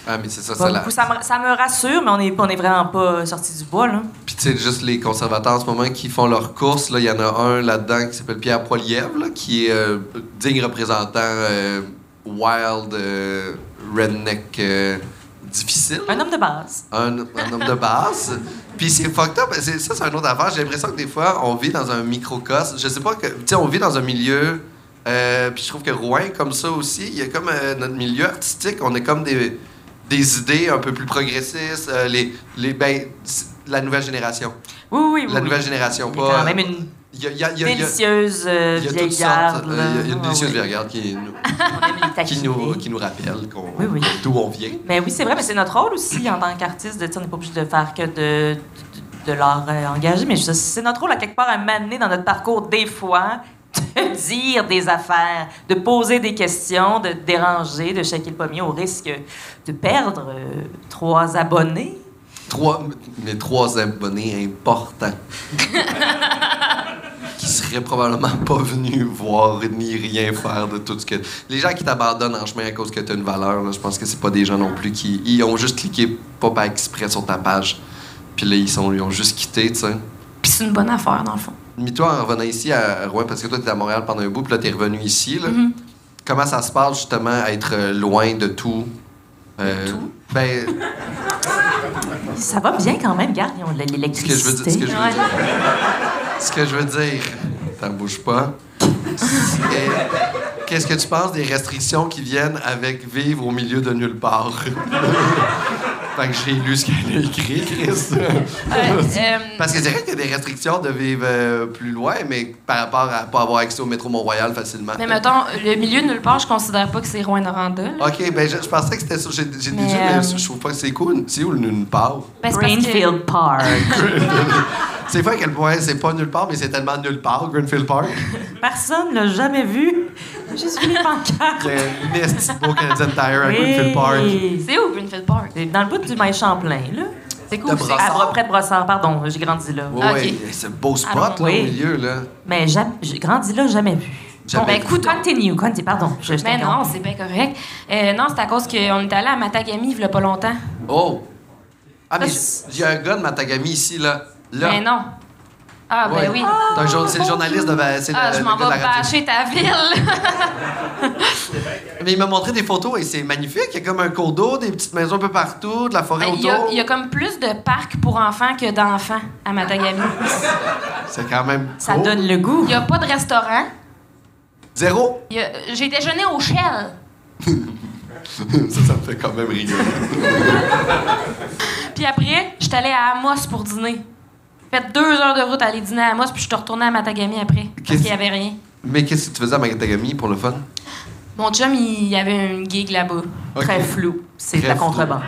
[SPEAKER 2] Ah, mais c'est ça,
[SPEAKER 3] pas
[SPEAKER 2] ça. la-
[SPEAKER 3] beaucoup. Ça, me, ça me rassure, mais on n'est on est vraiment pas sorti du hein. bois, là.
[SPEAKER 2] Puis, tu sais, juste les conservateurs en ce moment qui font leurs courses, là, il y en a un là-dedans qui s'appelle Pierre Poilievre, là, qui est euh, digne représentant euh, wild, euh, redneck, euh, difficile.
[SPEAKER 3] Un homme de base.
[SPEAKER 2] un, un homme de base. Puis c'est fucked up. C'est- ça, c'est une autre affaire. J'ai l'impression que des fois, on vit dans un microcosme. Je sais pas que. Tu sais, on vit dans un milieu. euh, puis je trouve que Rouen, comme ça aussi, il y a comme euh, notre milieu artistique. On est comme des, des idées un peu plus progressistes. euh, les, les, ben, c'est la nouvelle génération.
[SPEAKER 3] Oui, oui, oui.
[SPEAKER 2] La
[SPEAKER 3] oui.
[SPEAKER 2] nouvelle génération,
[SPEAKER 3] Il y a
[SPEAKER 2] pas.
[SPEAKER 3] quand même une
[SPEAKER 2] Il y a, il y a- il y a- il y a-
[SPEAKER 3] délicieuse euh,
[SPEAKER 2] il y a toutes
[SPEAKER 3] vieille
[SPEAKER 2] sortes.
[SPEAKER 3] garde.
[SPEAKER 2] euh,
[SPEAKER 3] là.
[SPEAKER 2] Il y a- il y a une
[SPEAKER 3] Ah,
[SPEAKER 2] délicieuse
[SPEAKER 3] oui.
[SPEAKER 2] vieille garde qui nous,
[SPEAKER 3] On aime les
[SPEAKER 2] qui
[SPEAKER 3] taquiner.
[SPEAKER 2] nous, qui nous rappelle qu'on,
[SPEAKER 3] Oui, oui.
[SPEAKER 2] d'où on vient.
[SPEAKER 3] Mais Ben oui, c'est vrai, mais c'est notre rôle aussi en tant qu'artiste. de- tu sais, On n'est pas obligé de faire que de, de, de l'art euh, engagé, mais je- c'est notre rôle à quelque part à mener dans notre parcours des fois *laughs* de dire des affaires, de poser des questions, de déranger, de shaker le pommier au risque de perdre euh, trois abonnés.
[SPEAKER 2] Trois, mes trois abonnés importants. qui seraient probablement pas venus voir ni rien faire de tout ce que. Les gens qui t'abandonnent en chemin à cause que tu as une valeur, là, je pense que c'est pas des gens non plus qui. Ils ont juste cliqué pas par exprès sur ta page. Puis là, ils, sont, ils ont juste quitté, tu sais.
[SPEAKER 4] Puis c'est une bonne affaire, dans le fond.
[SPEAKER 2] Mais toi, en revenant ici à Rouen, parce que toi, t'étais à Montréal pendant un bout, puis là, t'es revenu ici, là. Comment ça se passe, justement, à être euh, loin de tout? Euh, Ben,
[SPEAKER 3] Ça va bien quand même, regarde, ils ont de
[SPEAKER 2] ce que
[SPEAKER 3] l'électricité.
[SPEAKER 2] je veux dire. Ce que je veux dire. Ce que je veux dire, t'en bouge pas. Et Qu'est-ce que tu penses des restrictions qui viennent avec vivre au milieu de nulle part? *laughs* Fait que j'ai lu ce qu'elle a écrit, Chris. *laughs*
[SPEAKER 4] Euh, euh,
[SPEAKER 2] Parce que c'est vrai qu'il y a des restrictions de vivre euh, plus loin, mais par rapport à pas avoir accès au métro Mont-Royal facilement.
[SPEAKER 4] mais mettons, le milieu de nulle part, je considère pas que c'est Rouen-Noranda. là.
[SPEAKER 2] OK, ben je, je pensais que c'était ça. J'ai j'ai
[SPEAKER 4] Mais,
[SPEAKER 2] déjà, mais
[SPEAKER 4] euh,
[SPEAKER 2] je trouve pas que c'est cool. C'est où le nulle part?
[SPEAKER 4] Ben, c'est parce que-
[SPEAKER 3] Greenfield Park.
[SPEAKER 2] C'est vrai à quel point c'est pas nulle part, mais c'est tellement nulle part, Greenfield Park.
[SPEAKER 3] *laughs* Personne l'a jamais vu. Juste vu les
[SPEAKER 2] *laughs*
[SPEAKER 3] pancartes.
[SPEAKER 2] Il y a une esti de beau Canadian Tire à Greenfield Park.
[SPEAKER 3] Oui.
[SPEAKER 4] C'est où Greenfield Park?
[SPEAKER 3] C'est Dans le bout du mail Champlain, là.
[SPEAKER 4] C'est
[SPEAKER 2] De
[SPEAKER 4] cool. c'est-
[SPEAKER 2] Brossard.
[SPEAKER 3] À, près de Brossard, pardon, j'ai grandi là.
[SPEAKER 2] Oui,
[SPEAKER 4] Ah, Ok. Ah,
[SPEAKER 2] oui, c'est un beau spot
[SPEAKER 4] Alors,
[SPEAKER 2] là, au
[SPEAKER 3] oui.
[SPEAKER 2] milieu. là.
[SPEAKER 3] Mais jamais- j'ai grandi là, jamais vu.
[SPEAKER 2] Jamais
[SPEAKER 3] ben,
[SPEAKER 2] vu.
[SPEAKER 3] écoute, continue, continue, pardon. Je, je
[SPEAKER 4] Mais
[SPEAKER 3] t'interromps.
[SPEAKER 4] Ben non, c'est bien correct. Euh, non, c'est à cause qu'on est allé à Matagami il y a pas longtemps.
[SPEAKER 2] Oh! Ah, mais
[SPEAKER 4] Ça,
[SPEAKER 2] il y a un gars de Matagami ici, là. là.
[SPEAKER 4] Mais Ben non. Ah,
[SPEAKER 2] Ouais.
[SPEAKER 4] ben oui.
[SPEAKER 2] C'est un jour- C'est le journaliste de c'est le-
[SPEAKER 4] Ah, je
[SPEAKER 2] le
[SPEAKER 4] m'en
[SPEAKER 2] gars de
[SPEAKER 4] vais
[SPEAKER 2] la radio.
[SPEAKER 4] bâcher ta ville.
[SPEAKER 2] Mais il m'a montré des photos et c'est magnifique. Il y a comme un cours d'eau, des petites maisons un peu partout, de la forêt
[SPEAKER 4] *laughs* Ben, Il y, a,
[SPEAKER 2] autour.
[SPEAKER 4] il y a comme plus de parcs pour enfants que d'enfants à Matagami.
[SPEAKER 2] C'est quand même.
[SPEAKER 3] Ça
[SPEAKER 2] cool.
[SPEAKER 3] donne le goût.
[SPEAKER 4] Il n'y a pas de restaurant.
[SPEAKER 2] Zéro? *laughs*
[SPEAKER 4] Il y a- J'ai déjeuné au Shell.
[SPEAKER 2] ça, ça me fait quand même rire.
[SPEAKER 4] Puis après, je suis allée à Amos pour dîner. Fait deux heures de route à aller dîner à Amos, puis je suis retournée à Matagami après. Parce
[SPEAKER 2] Qu'est-ce-
[SPEAKER 4] qu'il n'y avait rien.
[SPEAKER 2] Mais qu'est-ce que tu faisais à Matagami pour le fun?
[SPEAKER 4] Mon chum, il y avait une gig là-bas.
[SPEAKER 2] Oh. Ok.
[SPEAKER 3] Très flou. C'est de la
[SPEAKER 2] Très flou.
[SPEAKER 3] contrebande.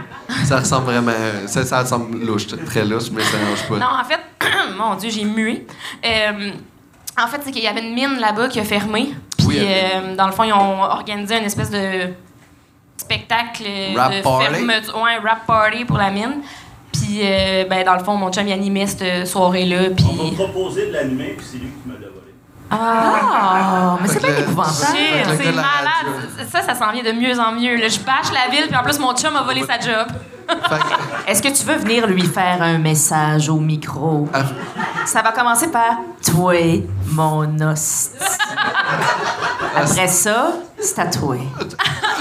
[SPEAKER 2] Ça ressemble vraiment. Ça, ça ressemble louche, très louche, mais ça dérange pas.
[SPEAKER 4] Non, en fait, *clears throat* mon Dieu, j'ai mué. Euh, en fait, c'est qu'il y avait une mine là-bas qui a fermé. Puis,
[SPEAKER 2] Oui, elle-
[SPEAKER 4] euh, dans le fond, ils ont organisé une espèce de spectacle euh,
[SPEAKER 2] Rap
[SPEAKER 4] de
[SPEAKER 2] party?
[SPEAKER 4] fermeture. Ouais, rap party pour la mine. Puis, euh, ben, dans le fond, mon chum, il animait cette soirée-là.
[SPEAKER 5] On
[SPEAKER 2] Oh,
[SPEAKER 5] m'a
[SPEAKER 4] Puis.
[SPEAKER 5] proposé de l'animer, puis c'est lui qui me l'a volé.
[SPEAKER 3] Ah, mais c'est
[SPEAKER 2] Fait
[SPEAKER 3] bien
[SPEAKER 2] que-
[SPEAKER 3] épouvantable.
[SPEAKER 2] Fait que le
[SPEAKER 4] Shit,
[SPEAKER 2] gars
[SPEAKER 4] c'est
[SPEAKER 2] de la radio.
[SPEAKER 4] malade. Ça, ça s'en vient de mieux en mieux. là. Je bâche la ville, puis en plus, mon chum a volé sa job. *laughs*
[SPEAKER 2] Fait que-
[SPEAKER 3] Est-ce que tu veux venir lui faire un message au micro?
[SPEAKER 2] Ah.
[SPEAKER 3] Ça va commencer par Toi, mon host. Après ça, c'est à toi.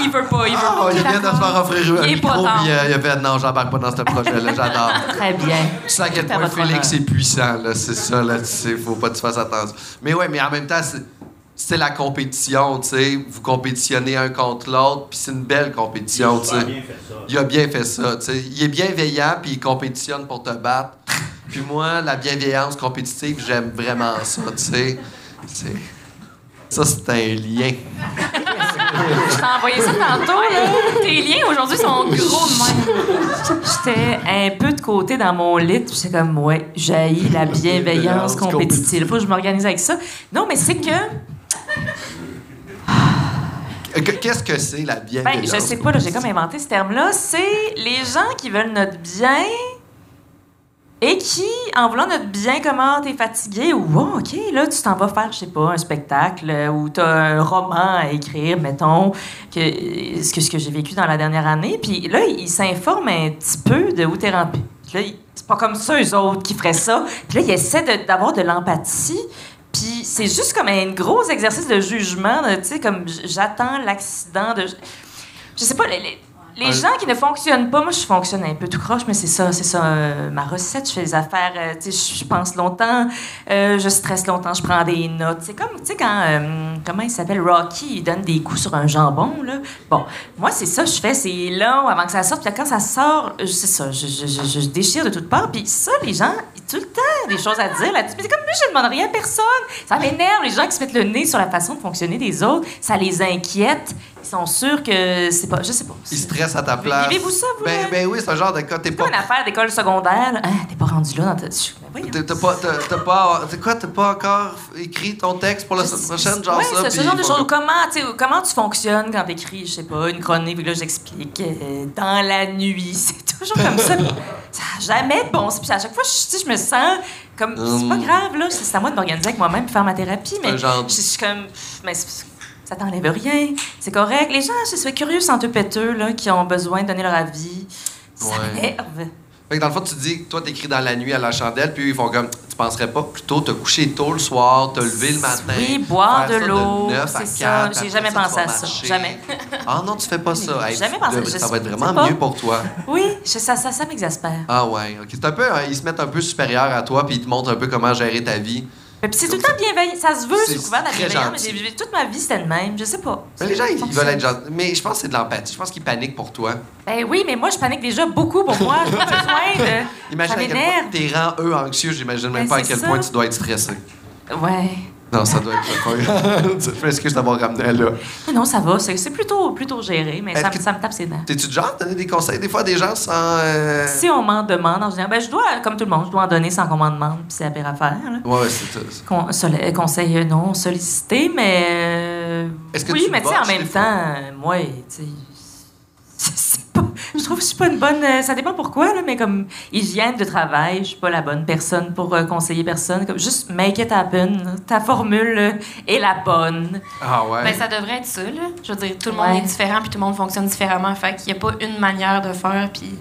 [SPEAKER 4] Il veut pas, il veut
[SPEAKER 2] Ah,
[SPEAKER 4] pas.
[SPEAKER 2] il vient de se faire offrir un
[SPEAKER 4] Il est
[SPEAKER 2] micro,
[SPEAKER 4] pas tendre.
[SPEAKER 2] puis euh, il a fait non, j'embarque pas dans ce projet-là,
[SPEAKER 3] *laughs*
[SPEAKER 2] j'adore.
[SPEAKER 3] Très bien.
[SPEAKER 2] Tu sais à quel
[SPEAKER 3] Tout à
[SPEAKER 2] point
[SPEAKER 3] votre honneur.
[SPEAKER 2] Félix est puissant, là, c'est ça, là, tu sais, faut pas que tu fasses attention. Mais ouais, mais en même temps, c'est- c'est la compétition, tu sais, vous compétitionnez un contre l'autre, puis c'est Euh. une belle
[SPEAKER 5] Il a
[SPEAKER 2] compétition, tu
[SPEAKER 5] super
[SPEAKER 2] sais.
[SPEAKER 5] bien fait ça.
[SPEAKER 2] Il a bien fait ça, tu sais. Il est bienveillant, puis il compétitionne pour te battre. Puis moi, la bienveillance compétitive, j'aime vraiment ça, tu sais. C'est- Ça, c'est un lien.
[SPEAKER 4] Je t'ai envoyé ça tantôt, là. Tes liens aujourd'hui sont gros de même.
[SPEAKER 3] J'étais un peu de côté dans mon lit, puis j'étais comme, ouais, j'haïs la bienveillance compétitive. Faut que je m'organise avec ça. Non, mais c'est que.
[SPEAKER 2] Que- Qu'est-ce que c'est, la
[SPEAKER 3] Ben,
[SPEAKER 2] bienveillance?
[SPEAKER 3] je sais pas, là, j'ai comme inventé ce terme-là. C'est les gens qui veulent notre bien et qui, en voulant notre bien, comment t'es fatigué ou wow, OK, là, tu t'en vas faire, je sais pas, un spectacle euh, ou t'as un roman à écrire, mettons, que, euh, ce que, ce que j'ai vécu dans la dernière année. Puis là, ils s'informent un petit peu de où t'es rendu. Puis Là, ils- c'est pas comme ça, eux autres, qui feraient ça. Puis là, ils essaient de- d'avoir de l'empathie. Puis c'est juste comme un gros exercice de jugement, de, tu sais, comme j- j'attends l'accident de... Je sais pas, les, les- les
[SPEAKER 2] Un-
[SPEAKER 3] gens qui ne fonctionnent pas, moi je fonctionne un peu tout croche, mais c'est ça, c'est ça euh, ma recette. Je fais des affaires, euh, tu sais, je- je pense longtemps, euh, je stresse longtemps, je prends des notes. C'est comme, tu sais, quand, euh, comment il s'appelle, Rocky, il donne des coups sur un jambon, là. Bon, moi c'est ça, je fais, c'est long avant que ça sorte, puis quand ça sort, euh, c'est ça, je, je- je- je déchire de toutes parts. Puis ça, les gens, ils tout le temps des choses à dire là-dessus. Mais c'est comme moi, je ne demande rien à personne. Ça m'énerve, les gens qui se mettent le nez sur la façon de fonctionner des autres, ça les inquiète. Ils sont sûrs que c'est pas. Je sais pas.
[SPEAKER 2] Il
[SPEAKER 3] C'est
[SPEAKER 2] stresse à ta place.
[SPEAKER 3] vivez-vous ça, vous,
[SPEAKER 2] Ben,
[SPEAKER 3] là?
[SPEAKER 2] ben oui, c'est un genre de cas. T'es pas.
[SPEAKER 3] pas une affaire d'école secondaire. là. Ah, t'es pas rendu là dans ta. Je- ben voyons.
[SPEAKER 2] T'as t'as pas. T'as t'as pas. t'as quoi, t'as pas encore écrit ton texte pour la semaine prochaine, genre
[SPEAKER 3] Ouais,
[SPEAKER 2] ça?
[SPEAKER 3] c'est ce
[SPEAKER 2] puis
[SPEAKER 3] genre de
[SPEAKER 2] faut
[SPEAKER 3] choses.
[SPEAKER 2] que-
[SPEAKER 3] Comment, tu sais, comment tu fonctionnes quand t'écris, je sais pas, une chronique, puis là, j'explique, euh, dans la nuit. *laughs* C'est toujours comme ça. ça n'a jamais de bon sens. Puis à chaque fois, je, tu sais, je me sens comme, c'est pas
[SPEAKER 2] Hum.
[SPEAKER 3] grave, là, c'est c'est à moi de m'organiser avec moi-même, puis faire ma thérapie, mais
[SPEAKER 2] un genre-
[SPEAKER 3] je je suis comme, pff, mais c'est- ça t'enlève rien, c'est correct. Les gens, je suis curieux, un peu péteux, là, qui ont besoin de donner leur avis. Ça
[SPEAKER 2] Ouais.
[SPEAKER 3] m'énerve.
[SPEAKER 2] Fait que dans le fond, tu dis, que toi, t'écris dans la nuit à la chandelle, puis ils font comme. Tu penserais pas plutôt te coucher tôt le soir, te lever le matin.
[SPEAKER 3] Oui, boire
[SPEAKER 2] faire
[SPEAKER 3] de
[SPEAKER 2] ça
[SPEAKER 3] l'eau,
[SPEAKER 2] 9 à
[SPEAKER 3] c'est
[SPEAKER 2] 4,
[SPEAKER 3] ça. J'ai
[SPEAKER 2] après
[SPEAKER 3] jamais
[SPEAKER 2] tu vas
[SPEAKER 3] pensé à ça.
[SPEAKER 2] marcher.
[SPEAKER 3] Jamais.
[SPEAKER 2] Ah non, tu fais pas ça.
[SPEAKER 3] J'ai
[SPEAKER 2] tu
[SPEAKER 3] jamais pensé à
[SPEAKER 2] devrais-
[SPEAKER 3] ça.
[SPEAKER 2] Ça va être
[SPEAKER 3] Je sais
[SPEAKER 2] vraiment
[SPEAKER 3] pas.
[SPEAKER 2] mieux pour toi.
[SPEAKER 3] Oui, je- ça, ça, ça m'exaspère.
[SPEAKER 2] Ah ouais, ok. C'est un peu, hein, ils se mettent un peu supérieurs à toi, puis ils te montrent un peu comment gérer ta vie.
[SPEAKER 3] Mais puis c'est tout le temps bienveillant. Ça se veut,
[SPEAKER 2] C'est
[SPEAKER 3] sous couvert de la
[SPEAKER 2] très
[SPEAKER 3] bienveillance, mais
[SPEAKER 2] gentil.
[SPEAKER 3] j'ai- j'ai- toute ma vie, c'était le même. Je sais pas.
[SPEAKER 2] Mais les gens, ils
[SPEAKER 3] Ça
[SPEAKER 2] veulent être gentils. Mais je pense que c'est de l'empathie. Je pense qu'ils paniquent pour toi.
[SPEAKER 3] Ben oui, mais moi, je panique déjà beaucoup pour moi.
[SPEAKER 2] *laughs*
[SPEAKER 3] J'ai pas besoin de.
[SPEAKER 2] Imagine
[SPEAKER 3] ça
[SPEAKER 2] à quel point
[SPEAKER 3] m'énerve.
[SPEAKER 2] t'es rend eux anxieux. J'imagine même
[SPEAKER 3] Ben,
[SPEAKER 2] pas à
[SPEAKER 3] c'est
[SPEAKER 2] quel
[SPEAKER 3] ça.
[SPEAKER 2] point tu dois être stressé.
[SPEAKER 3] Ouais.
[SPEAKER 2] Non, ça doit *laughs* être. Je m'excuse d'avoir ramené là.
[SPEAKER 3] Mais non, ça va. C'est c'est plutôt, plutôt géré, mais
[SPEAKER 2] Est-ce
[SPEAKER 3] ça, me-
[SPEAKER 2] que-
[SPEAKER 3] ça me tape ses dents.
[SPEAKER 2] T'es-tu de genre à donner des conseils des fois à des gens sans. euh,
[SPEAKER 3] Si on m'en demande, en général, ben je dois, comme tout le monde, je dois en donner sans qu'on m'en demande, puis c'est la pire affaire. Là.
[SPEAKER 2] Ouais, ouais, c'est ça.
[SPEAKER 3] Con- sol- euh, conseil euh, non sollicité, mais. euh,
[SPEAKER 2] Est-ce que
[SPEAKER 3] oui,
[SPEAKER 2] tu
[SPEAKER 3] mais tu sais, en
[SPEAKER 2] botches
[SPEAKER 3] même
[SPEAKER 2] des
[SPEAKER 3] temps,
[SPEAKER 2] fois?
[SPEAKER 3] euh, moi, tu sais. c'est- c'est pas- Je trouve que je suis pas une bonne. euh, Ça dépend pourquoi, là, mais comme hygiène de travail, je suis pas la bonne personne pour euh, conseiller personne. Comme juste make it happen. là. Ta formule euh, est la bonne.
[SPEAKER 2] Ah ouais.
[SPEAKER 4] Ben, ça devrait être ça, là. Je veux dire, tout le monde
[SPEAKER 3] Ouais.
[SPEAKER 4] est différent, puis tout le monde fonctionne différemment. Fait qu'il n'y a pas une manière de faire, puis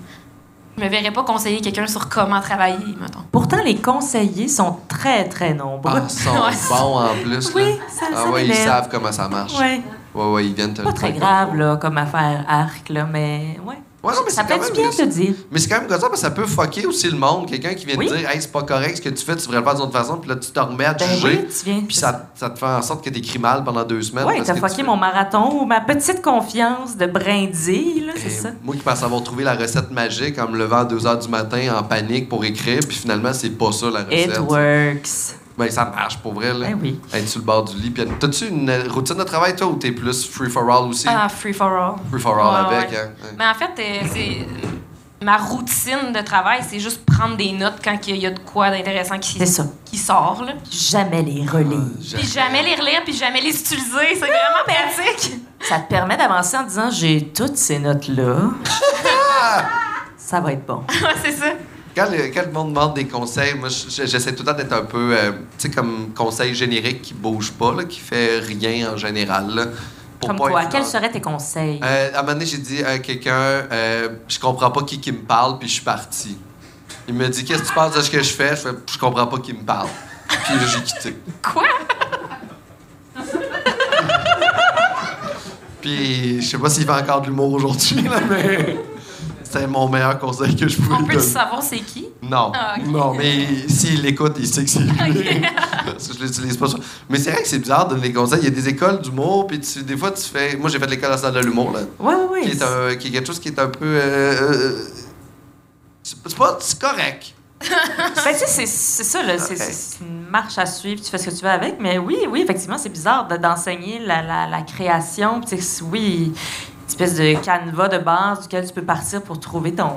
[SPEAKER 4] je me verrais pas conseiller quelqu'un sur comment travailler, mettons.
[SPEAKER 3] Pourtant, les conseillers sont très, très nombreux.
[SPEAKER 2] Ah, ils sont bons en plus.
[SPEAKER 3] Oui,
[SPEAKER 2] là.
[SPEAKER 3] ça-
[SPEAKER 2] Ah
[SPEAKER 3] ça
[SPEAKER 2] ouais, ils
[SPEAKER 3] m'énerve.
[SPEAKER 2] savent comment ça marche.
[SPEAKER 3] ouais.
[SPEAKER 2] ouais, ouais, ils viennent te
[SPEAKER 3] Pas
[SPEAKER 2] le
[SPEAKER 3] très
[SPEAKER 2] dire.
[SPEAKER 3] grave, là, comme affaire arc, là, mais. Ouais.
[SPEAKER 2] Ouais, non, mais
[SPEAKER 3] ça
[SPEAKER 2] c'est
[SPEAKER 3] peut
[SPEAKER 2] quand
[SPEAKER 3] être
[SPEAKER 2] même
[SPEAKER 3] bien de
[SPEAKER 2] bien,
[SPEAKER 3] le dire.
[SPEAKER 2] Mais c'est quand même comme ça parce que ça peut fucker aussi le monde. Quelqu'un qui vient
[SPEAKER 3] Oui.
[SPEAKER 2] te dire, hey, c'est pas correct ce que tu fais, tu devrais le faire d'une autre façon, puis là, tu te remets à te
[SPEAKER 3] Ben
[SPEAKER 2] juger.
[SPEAKER 3] oui, tu viens.
[SPEAKER 2] Puis ça, ça te fait en sorte que t'écris mal pendant deux semaines.
[SPEAKER 3] Ouais,
[SPEAKER 2] Ben parce
[SPEAKER 3] t'as
[SPEAKER 2] que tu
[SPEAKER 3] fucké
[SPEAKER 2] fais-
[SPEAKER 3] mon marathon ou ma petite confiance de brindille, là, c'est
[SPEAKER 2] Eh,
[SPEAKER 3] ça.
[SPEAKER 2] Moi qui pense avoir trouvé la recette magique en me levant à 2 heures du matin en panique pour écrire, puis finalement, c'est pas ça la recette.
[SPEAKER 3] It works.
[SPEAKER 2] Ben, ça marche pour vrai, là.
[SPEAKER 3] Ben oui.
[SPEAKER 2] Être sur le bord du lit. Puis, t'as-tu une euh, routine de travail, toi, ou t'es plus free for all aussi?
[SPEAKER 4] Ah, free for all.
[SPEAKER 2] Free for all
[SPEAKER 4] Ouais,
[SPEAKER 2] avec,
[SPEAKER 4] ouais.
[SPEAKER 2] hein? Ouais.
[SPEAKER 4] Mais en fait, euh, c'est. Ma routine de travail, c'est juste prendre des notes quand il y a de quoi d'intéressant qui,
[SPEAKER 3] C'est ça.
[SPEAKER 4] qui sort. Là.
[SPEAKER 3] Jamais les relire.
[SPEAKER 2] J'ai-
[SPEAKER 4] Puis jamais les relire, puis jamais les utiliser. C'est vraiment pratique. *laughs*
[SPEAKER 3] Ça te permet d'avancer en disant j'ai toutes
[SPEAKER 2] *laughs*
[SPEAKER 3] ces notes-là. ça va être bon.
[SPEAKER 4] Ouais, c'est ça.
[SPEAKER 2] Quand le, quand le monde demande des conseils, moi, je- je- j'essaie tout le temps d'être un peu, euh, tu sais, comme conseil générique qui bouge pas, là, qui fait rien en général. là, pour
[SPEAKER 3] Comme
[SPEAKER 2] pas
[SPEAKER 3] quoi,
[SPEAKER 2] être
[SPEAKER 3] quels
[SPEAKER 2] dans-
[SPEAKER 3] seraient tes conseils?
[SPEAKER 2] Euh, à un moment donné, j'ai dit à quelqu'un, euh, je comprends pas qui qui me parle, puis je suis parti. Il me dit, qu'est-ce que tu penses de ce que je fais? Je fais, je comprends pas qui me parle. Puis là, j'ai quitté.
[SPEAKER 4] Quoi?
[SPEAKER 2] Puis je sais pas s'il fait encore de l'humour aujourd'hui, là, mais c'était mon meilleur conseil que je pouvais
[SPEAKER 4] On
[SPEAKER 2] lui
[SPEAKER 4] peut-tu
[SPEAKER 2] donner.
[SPEAKER 4] savoir c'est qui?
[SPEAKER 2] Non,
[SPEAKER 4] Ah, ok.
[SPEAKER 2] non, mais s'il l'écoute, il sait que c'est lui. Parce que je l'utilise pas. ça. Mais c'est vrai que c'est bizarre de donner des conseils. Il y a des écoles d'humour, puis tu- des fois, tu fais. Moi, j'ai fait l'école nationale de l'humour, là.
[SPEAKER 3] Ouais, ouais,
[SPEAKER 2] qui
[SPEAKER 3] ouais.
[SPEAKER 2] est, un- qui est quelque chose qui est un peu. euh, euh, c'est c'est pas c'est correct.
[SPEAKER 3] Ben, tu sais, c'est- c'est ça, là, c'est- c'est c'est une marche à suivre, tu fais ce que tu veux avec, mais oui, oui, effectivement, c'est bizarre de- d'enseigner la, la, la création, puis tu sais, oui, une espèce de canevas de base duquel tu peux partir pour trouver ton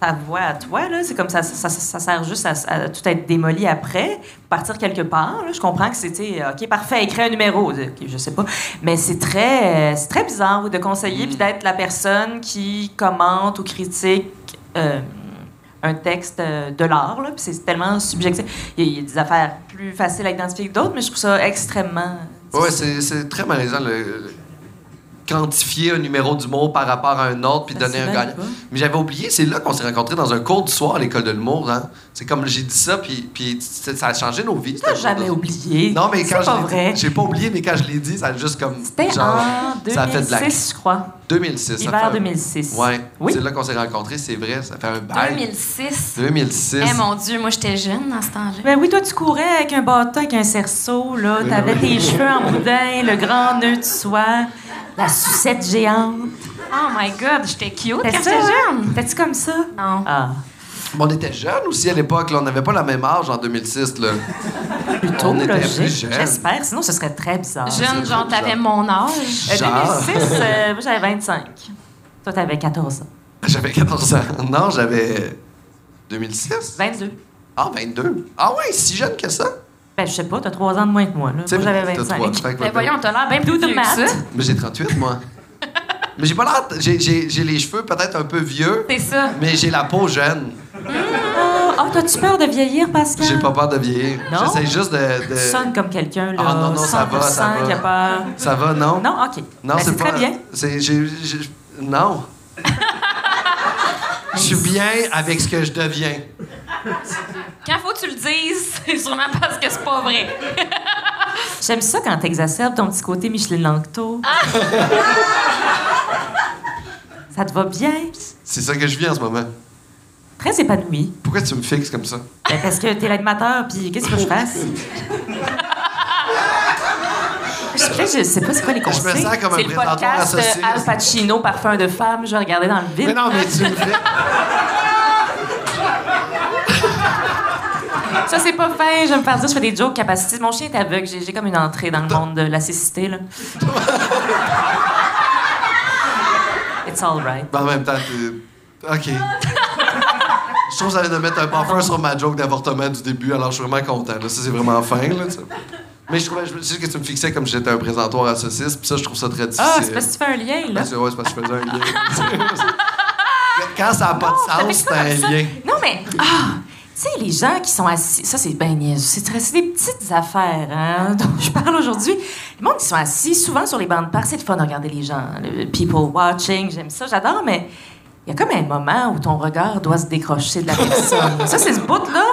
[SPEAKER 3] ta voie à toi, là, c'est comme ça, ça, ça, ça sert juste à, à tout être démoli après, partir quelque part, là. je comprends que c'était, ok, parfait, écris un numéro, Ok, je sais pas, mais c'est très, euh, c'est très bizarre, oui, de conseiller, puis d'être la personne qui commente ou critique... euh, un texte euh, de l'art, là, puis c'est tellement subjectif. Il y, a- il y a des affaires plus faciles à identifier que d'autres, mais je trouve ça extrêmement.
[SPEAKER 2] Ouais, c'est c'est très malaisant le, le- quantifier un numéro d'humour par rapport à un autre puis
[SPEAKER 3] Facile
[SPEAKER 2] donner un
[SPEAKER 3] à
[SPEAKER 2] gagnant.
[SPEAKER 3] pas.
[SPEAKER 2] Mais j'avais oublié, c'est là qu'on s'est rencontrés dans un cours du soir à l'école de l'humour. Hein. C'est comme j'ai dit ça, puis, puis ça ça a changé nos vies.
[SPEAKER 3] Tu l'as
[SPEAKER 2] ce cours de-
[SPEAKER 3] jamais oublié.
[SPEAKER 2] Non, mais quand
[SPEAKER 3] C'est pas
[SPEAKER 2] je l'ai
[SPEAKER 3] vrai.
[SPEAKER 2] dit- j'ai pas oublié, mais quand je l'ai dit, ça a juste comme.
[SPEAKER 3] C'était
[SPEAKER 2] genre,
[SPEAKER 3] en
[SPEAKER 2] ça a fait de la-
[SPEAKER 3] 2006, je crois.
[SPEAKER 2] 2006. ça
[SPEAKER 3] Hiver
[SPEAKER 2] fait-
[SPEAKER 3] 2006.
[SPEAKER 2] Ouais.
[SPEAKER 3] Oui.
[SPEAKER 2] C'est là qu'on s'est rencontrés, c'est vrai, ça fait un bail.
[SPEAKER 4] 2006.
[SPEAKER 2] 2006.
[SPEAKER 4] Eh mon Dieu, moi j'étais jeune dans ce temps-là.
[SPEAKER 3] Ben oui, toi, tu courais avec un bâton, avec un cerceau, là.
[SPEAKER 2] Oui,
[SPEAKER 3] T'avais
[SPEAKER 2] oui.
[SPEAKER 3] tes cheveux en boudin, le grand nœud de soie, la sucette géante.
[SPEAKER 4] Oh my god, j'étais cute quand
[SPEAKER 3] T'es
[SPEAKER 4] j'étais jeune.
[SPEAKER 3] T'es-tu comme ça?
[SPEAKER 4] Non.
[SPEAKER 3] Ah,
[SPEAKER 2] Mais on était jeunes aussi à l'époque, là. on n'avait pas la même âge en 2006. Là. *laughs*
[SPEAKER 3] plutôt
[SPEAKER 2] On était plus
[SPEAKER 3] logique.
[SPEAKER 2] jeunes.
[SPEAKER 3] J'espère, sinon ce serait très bizarre.
[SPEAKER 4] Jeune,
[SPEAKER 2] Ah, c'est
[SPEAKER 4] genre
[SPEAKER 2] vrai,
[SPEAKER 4] t'avais
[SPEAKER 2] genre.
[SPEAKER 4] mon âge.
[SPEAKER 3] Euh,
[SPEAKER 2] Genre.
[SPEAKER 3] 2006, euh, moi, j'avais 25. Toi, t'avais 14 ans.
[SPEAKER 2] J'avais 14 ans. Non, j'avais 2006.
[SPEAKER 3] 22.
[SPEAKER 2] Ah, 22. Ah ouais, si jeune que ça.
[SPEAKER 3] Ben, je sais pas, t'as 3 ans de moins que moi, là.
[SPEAKER 2] Tu sais,
[SPEAKER 3] Moi, j'avais
[SPEAKER 2] t'as trois.
[SPEAKER 3] 25.
[SPEAKER 2] Fait que
[SPEAKER 4] Ben voyons, t'as l'air bien
[SPEAKER 3] Do
[SPEAKER 4] plus
[SPEAKER 3] the
[SPEAKER 4] vieux que
[SPEAKER 3] math.
[SPEAKER 4] ça.
[SPEAKER 2] Mais j'ai 38, moi. mais j'ai pas l'air... J'ai, j'ai- j'ai les cheveux peut-être un peu vieux,
[SPEAKER 4] C'est ça.
[SPEAKER 2] mais j'ai la peau jeune.
[SPEAKER 3] Ah, ah, t'as-tu peur de vieillir, Pascal?
[SPEAKER 2] J'ai pas peur de vieillir.
[SPEAKER 3] Non?
[SPEAKER 2] J'essaie juste de... de-
[SPEAKER 3] Tu sonnes comme quelqu'un, là.
[SPEAKER 2] Ah, non, non, ça va, ça
[SPEAKER 3] 100%
[SPEAKER 2] va.
[SPEAKER 3] qui a peur.
[SPEAKER 2] Ça va, non?
[SPEAKER 3] Non, OK.
[SPEAKER 2] Non,
[SPEAKER 3] Ben,
[SPEAKER 2] c'est, pas...
[SPEAKER 3] très bien.
[SPEAKER 2] C'est... j'ai- j'ai-
[SPEAKER 3] *laughs*
[SPEAKER 2] Non. Je suis bien avec ce que je deviens.
[SPEAKER 4] Quand faut que tu le dises, *laughs* c'est sûrement parce que c'est pas vrai.
[SPEAKER 3] J'aime ça quand t'exacerbes ton petit côté Micheline Langto.
[SPEAKER 2] Ah!
[SPEAKER 3] ça te va bien?
[SPEAKER 2] C'est ça que je vis en ce moment.
[SPEAKER 3] Très épanouie.
[SPEAKER 2] Pourquoi tu me fixes comme ça?
[SPEAKER 3] Ben, parce que t'es l'animateur, puis qu'est-ce que je fasse? Je, sais pas, je sais pas c'est quoi les
[SPEAKER 2] me
[SPEAKER 3] conseils.
[SPEAKER 2] sens comme un
[SPEAKER 3] c'est le
[SPEAKER 2] présentateur
[SPEAKER 3] podcast euh,
[SPEAKER 2] associé.
[SPEAKER 3] Al Pacino, Parfum de femme. Je vais regarder dans le vide.
[SPEAKER 2] Mais non, mais tu me fais. *laughs*
[SPEAKER 3] Ça, c'est pas fin. Je vais me faire dire, je fais des jokes capacité. Mon chien est aveugle. J'ai j'ai comme une entrée dans le monde de la
[SPEAKER 2] *laughs*
[SPEAKER 3] cécité, là. It's all right.
[SPEAKER 2] Ben, en même temps, t'es. OK. Je trouve que ça vient de mettre un parfum sur ma joke d'avortement du début, alors je suis vraiment content. Là. Ça, c'est vraiment fin. Là, tu sais. Mais je trouvais, je sais que tu me fixais comme si j'étais un présentoir à saucisse, puis ça, je trouve ça très difficile.
[SPEAKER 3] Ah, c'est parce que tu fais un lien, là.
[SPEAKER 2] Parce que, ouais, c'est parce que je faisais un lien. *laughs* Quand ça n'a pas
[SPEAKER 3] Ça fait
[SPEAKER 2] de sens,
[SPEAKER 3] ça
[SPEAKER 2] c'est un
[SPEAKER 3] comme ça.
[SPEAKER 2] lien.
[SPEAKER 3] Non, mais. Ah! Tu sais, les gens qui sont assis. Ça, c'est bien niaiseux. C'est très- c'est des petites affaires, hein, *laughs* dont je parle aujourd'hui. Le monde qui sont assis souvent sur les bancs de parc, c'est le fun de regarder les gens. Le people watching, j'aime ça, j'adore, mais. Il y a comme un moment où ton regard doit se décrocher de la personne. ça, c'est ce bout-là.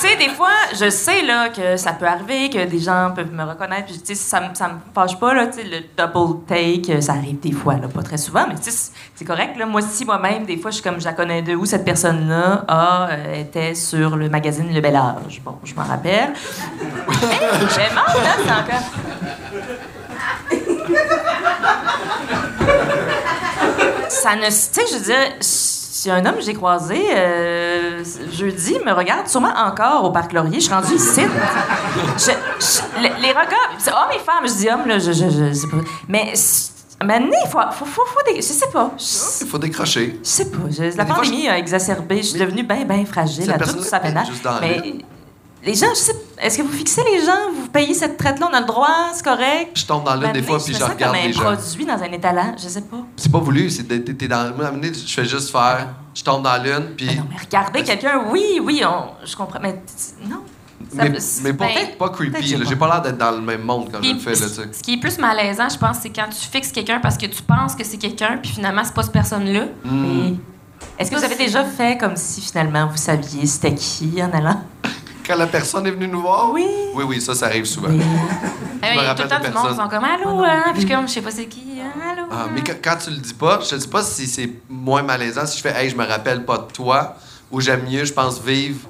[SPEAKER 3] Tu sais, des fois, je sais là, que ça peut arriver, que des gens peuvent me reconnaître. Puis, tu sais, ça, me- ça me fâche pas. Là, tu sais, le double take, euh, ça arrive des fois, là, pas très souvent, mais tu sais, c'est- c'est correct. Là. Moi, si moi-même, des fois, je suis comme, je la connais de où cette personne-là ah, euh, était sur le magazine Le Bel Âge. Bon, je m'en rappelle. Hey, vraiment, Ah, là, c'est encore. ça ne. Tu sais, je veux dire, si un homme que j'ai croisé euh, jeudi me regarde sûrement encore au Parc Laurier. Je suis rendue ici. Je- je- le- les regards. c'est Hommes et femmes, je dis hommes, là, je, je, je sais pas. Mais maintenant, il faut. faut, faut, faut des- je sais pas. Je
[SPEAKER 2] Il faut décrocher.
[SPEAKER 3] je sais pas. je- la
[SPEAKER 2] des fois,
[SPEAKER 3] pandémie a exacerbé. Je suis devenue bien, bien fragile
[SPEAKER 2] Cette
[SPEAKER 3] à tout
[SPEAKER 2] personne-là
[SPEAKER 3] ça
[SPEAKER 2] est
[SPEAKER 3] pénale.
[SPEAKER 2] juste dans la
[SPEAKER 3] Mais les gens, je sais. Est-ce que vous fixez les gens? Vous payez cette traite-là? On a le droit? C'est correct?
[SPEAKER 2] Je tombe dans l'une des
[SPEAKER 3] Maintenant,
[SPEAKER 2] fois, puis
[SPEAKER 3] me
[SPEAKER 2] je
[SPEAKER 3] sens
[SPEAKER 2] regarde
[SPEAKER 3] comme un
[SPEAKER 2] les gens.
[SPEAKER 3] produit dans un étalage. Je sais pas.
[SPEAKER 2] C'est pas voulu, c'est de- t'es- t'es dans. Moi, à un moment donné, je fais juste faire. Je tombe dans l'une, puis.
[SPEAKER 3] Mais Ah non, mais regarder quelqu'un, oui, oui, on- je comprends. Mais t- non. Ça-
[SPEAKER 2] Mais,
[SPEAKER 3] c'est-
[SPEAKER 2] mais pour
[SPEAKER 3] ben,
[SPEAKER 2] être pas
[SPEAKER 3] peut-être, je
[SPEAKER 2] creepy,
[SPEAKER 3] sais
[SPEAKER 2] là,
[SPEAKER 3] pas.
[SPEAKER 2] j'ai pas l'air d'être dans le même monde quand je
[SPEAKER 4] Puis,
[SPEAKER 2] le fais, là, tu sais.
[SPEAKER 4] Ce qui est plus malaisant, je pense, c'est quand tu fixes quelqu'un parce que tu penses que c'est quelqu'un, puis finalement, c'est pas cette personne-là.
[SPEAKER 2] Hmm.
[SPEAKER 3] Mais Est-ce que vous
[SPEAKER 4] Ça,
[SPEAKER 3] avez
[SPEAKER 4] c'est-
[SPEAKER 3] déjà fait comme si finalement vous saviez c'était qui en allant?
[SPEAKER 2] Quand la personne est venue nous voir?
[SPEAKER 3] Oui.
[SPEAKER 2] Oui, oui, ça, ça arrive souvent.
[SPEAKER 4] Ah oui,
[SPEAKER 2] me
[SPEAKER 4] il y a tout
[SPEAKER 2] rappelle de
[SPEAKER 4] le temps du monde qui
[SPEAKER 2] personne.
[SPEAKER 4] sont comme Allô, hein? Puis je suis comme, je sais pas c'est qui, hein? Allô?
[SPEAKER 2] Ah,
[SPEAKER 4] hein?
[SPEAKER 2] mais quand, quand tu le dis pas, je sais pas si c'est moins malaisant si je fais Hey, je me rappelle pas de toi, ou j'aime mieux, je pense, vivre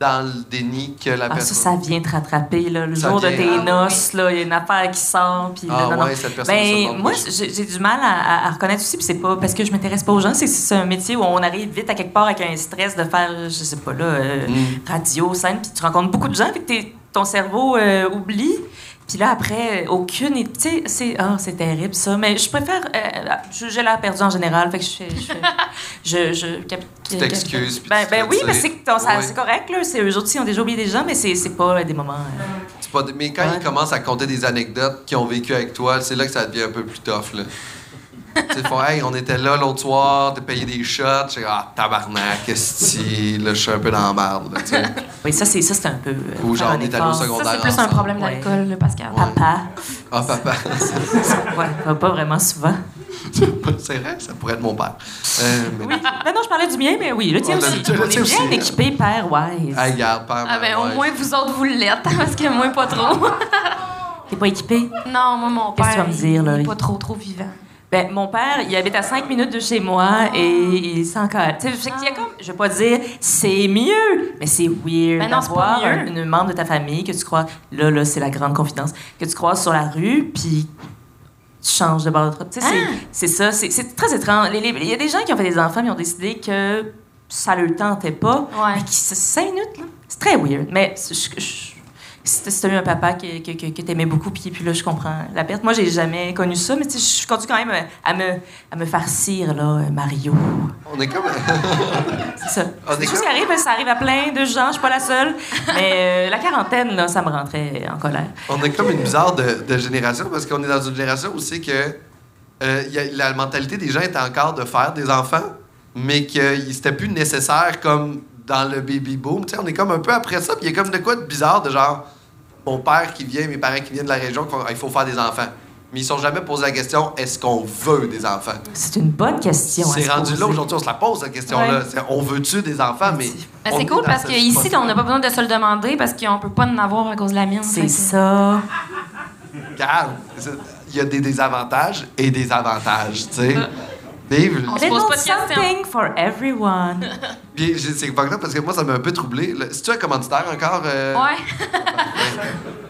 [SPEAKER 2] dans le déni que la
[SPEAKER 3] Ah, ça,
[SPEAKER 2] personne.
[SPEAKER 3] ça vient te rattraper, là, le
[SPEAKER 2] Ça
[SPEAKER 3] jour de
[SPEAKER 2] vient.
[SPEAKER 3] tes
[SPEAKER 2] Ah,
[SPEAKER 3] noces, là, il y a une affaire qui sort, puis
[SPEAKER 2] Ah,
[SPEAKER 3] là, non, non.
[SPEAKER 2] ouais, cette personne se
[SPEAKER 3] Ben,
[SPEAKER 2] demande
[SPEAKER 3] moi,
[SPEAKER 2] pas.
[SPEAKER 3] j'ai j'ai du mal à, à- à reconnaître aussi, puis c'est pas parce que je m'intéresse pas aux gens, c'est c'est un métier où on arrive vite à quelque part avec un stress de faire, je sais pas, là, euh,
[SPEAKER 2] Hmm.
[SPEAKER 3] radio, scène, puis tu rencontres beaucoup de gens, fait que t'es- ton cerveau euh, oublie, puis là, après, euh, aucune, et- tu sais, c'est, ah, c'est terrible, ça, mais je préfère, euh, je- j'ai l'air perdu en général, fait que je fais, je fais-
[SPEAKER 2] *laughs*
[SPEAKER 3] je, je, cap-
[SPEAKER 2] Tu t'excuses, puis
[SPEAKER 3] Ben,
[SPEAKER 2] tu te
[SPEAKER 3] ben oui,
[SPEAKER 2] retires.
[SPEAKER 3] mais c'est que ton- ça-
[SPEAKER 2] Ouais.
[SPEAKER 3] c'est correct, là. C'est eux autres qui ont déjà oublié des gens, mais c'est c'est pas euh, des moments. euh.
[SPEAKER 2] C'est pas- Mais quand ils commencent à compter des anecdotes qu'ils ont vécu avec toi, c'est là que ça devient un peu plus tough, là. tu sais, ils font, hey, on était là l'autre soir, t'as payé des shots. J'ai ah, tabarnak, qu'est-ce que là, je suis un peu dans la merde, là, tu sais.
[SPEAKER 3] Oui, ça, c'est ça, c'est un peu. euh,
[SPEAKER 2] Ou genre,
[SPEAKER 3] faire un
[SPEAKER 2] on est allé
[SPEAKER 3] effort.
[SPEAKER 2] au secondaire.
[SPEAKER 4] Ça, c'est plus un
[SPEAKER 2] ensemble.
[SPEAKER 4] problème
[SPEAKER 3] Ouais.
[SPEAKER 4] d'alcool, là, Pascal.
[SPEAKER 3] Papa. *laughs*
[SPEAKER 2] Ah, papa. *laughs*
[SPEAKER 3] Ouais, pas- pas vraiment souvent.
[SPEAKER 2] c'est vrai, ça pourrait être mon père. Euh, mais-
[SPEAKER 3] Oui. Ben non, je parlais du mien, mais oui, le tien
[SPEAKER 2] Ouais, le-
[SPEAKER 3] aussi.
[SPEAKER 2] le
[SPEAKER 3] on est
[SPEAKER 2] tien
[SPEAKER 3] bien
[SPEAKER 2] aussi.
[SPEAKER 3] équipé, père wise.
[SPEAKER 2] Hey, garde, père,
[SPEAKER 4] Ah, ben,
[SPEAKER 2] mère, ouais.
[SPEAKER 4] au moins, vous autres, vous l'êtes, *laughs* parce que moi, pas trop.
[SPEAKER 3] T'es pas équipé?
[SPEAKER 4] Non, moi,
[SPEAKER 3] Qu'est-ce
[SPEAKER 4] mon
[SPEAKER 3] que
[SPEAKER 4] père,
[SPEAKER 3] tu vas me dire, là?
[SPEAKER 4] il est pas trop, trop vivant.
[SPEAKER 3] Ben, mon père, il habite à 5 minutes de chez moi et il s'en colle. Tu sais, fait
[SPEAKER 4] Ah.
[SPEAKER 3] qu'il y a comme, je vais pas dire c'est mieux, mais c'est weird
[SPEAKER 4] Ben non, c'est pas
[SPEAKER 3] d'avoir un,
[SPEAKER 4] mieux.
[SPEAKER 3] une membre de ta famille que tu crois, là, là, c'est la grande confidence, que tu croises sur la rue, puis tu changes de bord de Tu sais, c'est-
[SPEAKER 4] Ah!
[SPEAKER 3] c'est ça, c'est- c'est très étrange. Les- les- Il y a des gens qui ont fait des enfants, mais ils ont décidé que ça leur tentait pas.
[SPEAKER 4] Ouais.
[SPEAKER 3] Mais qui, c'est 5 minutes, là. C'est très weird, mais je- je- je- si t'as- si t'as eu un papa que, que, que, que t'aimais beaucoup, puis, puis là, je comprends la perte. Moi, j'ai jamais connu ça, mais tu sais, je suis continue quand même à me, à me farcir, là, euh, Mario.
[SPEAKER 2] On est comme.
[SPEAKER 3] C'est ça.
[SPEAKER 2] On
[SPEAKER 3] C'est
[SPEAKER 2] est
[SPEAKER 3] des choses
[SPEAKER 2] comme-
[SPEAKER 3] qui arrivent, ça arrive à plein de gens, je suis pas la seule. Mais euh, la quarantaine, là, ça me rentrait en colère.
[SPEAKER 2] On est comme une bizarre de, de génération parce qu'on est dans une génération aussi que euh, y a- la mentalité des gens est encore de faire des enfants, mais que il- c'était plus nécessaire comme dans le baby boom. Tu sais, on est comme un peu après ça, puis il y a comme de quoi de bizarre de genre mon père qui vient, mes parents qui viennent de la région, qu'on- il faut faire des enfants. Mais ils se sont jamais posé la question est-ce qu'on veut des enfants
[SPEAKER 3] C'est une bonne question. à
[SPEAKER 2] C'est
[SPEAKER 3] se
[SPEAKER 2] rendu
[SPEAKER 3] poser.
[SPEAKER 2] là aujourd'hui, on se la pose la question-là.
[SPEAKER 3] Ouais.
[SPEAKER 2] C'est, On veut-tu des enfants Mais,
[SPEAKER 4] Ben,
[SPEAKER 2] on
[SPEAKER 4] c'est
[SPEAKER 2] est
[SPEAKER 4] cool
[SPEAKER 2] dans
[SPEAKER 4] parce
[SPEAKER 2] ce
[SPEAKER 4] que ici,
[SPEAKER 2] spot-là.
[SPEAKER 4] on n'a pas besoin de se le demander parce qu'on peut pas en avoir à cause de la mine. fait
[SPEAKER 3] C'est
[SPEAKER 4] que-
[SPEAKER 3] ça.
[SPEAKER 2] Regarde, il y a des désavantages et des avantages, tu sais. Dave,
[SPEAKER 4] On se
[SPEAKER 3] Little
[SPEAKER 4] pose pas de questions.
[SPEAKER 3] something for everyone.
[SPEAKER 2] puis j'ai- c'est fucked up parce que moi, ça m'a un peu troublé. Le- C'est-tu un commanditaire encore? euh,
[SPEAKER 4] Ouais.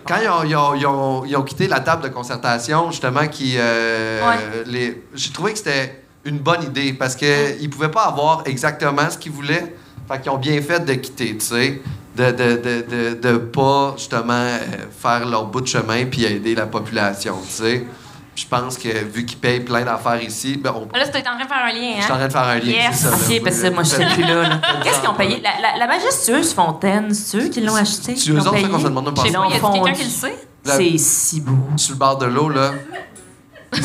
[SPEAKER 2] Quand ils ont, ils ont- ils ont- ils ont quitté la table de concertation, justement, qui. euh,
[SPEAKER 4] Ouais.
[SPEAKER 2] les- J'ai trouvé que c'était une bonne idée parce qu'ils ne pouvaient pas avoir exactement ce qu'ils voulaient. Fait qu'ils ont bien fait de quitter, tu sais. De ne de, de- de- de pas, justement, euh, faire leur bout de chemin puis aider la population, tu sais. Je pense que vu qu'ils payent plein d'affaires ici, ben, on-
[SPEAKER 4] Là, c'était en train de faire un lien,
[SPEAKER 2] je suis en
[SPEAKER 4] hein?
[SPEAKER 2] train de faire un lien.
[SPEAKER 4] Yes.
[SPEAKER 2] c'est ça, là.
[SPEAKER 3] OK, parce que moi, je suis plus là. là. Qu'est-ce qu'ils ont payé? La, Euh, la- la majestueuse fontaine, c'est eux qui l'ont achetée?
[SPEAKER 2] C'est eux
[SPEAKER 3] qui l'ont
[SPEAKER 2] autres, ça,
[SPEAKER 3] payée?
[SPEAKER 2] qu'on se demande même pas.
[SPEAKER 4] Je sais pas, y a
[SPEAKER 3] Ils l'ont
[SPEAKER 4] quelqu'un
[SPEAKER 3] fondu.
[SPEAKER 4] qui le sait?
[SPEAKER 2] La-
[SPEAKER 3] C'est si beau.
[SPEAKER 2] sur le bord de l'eau, là.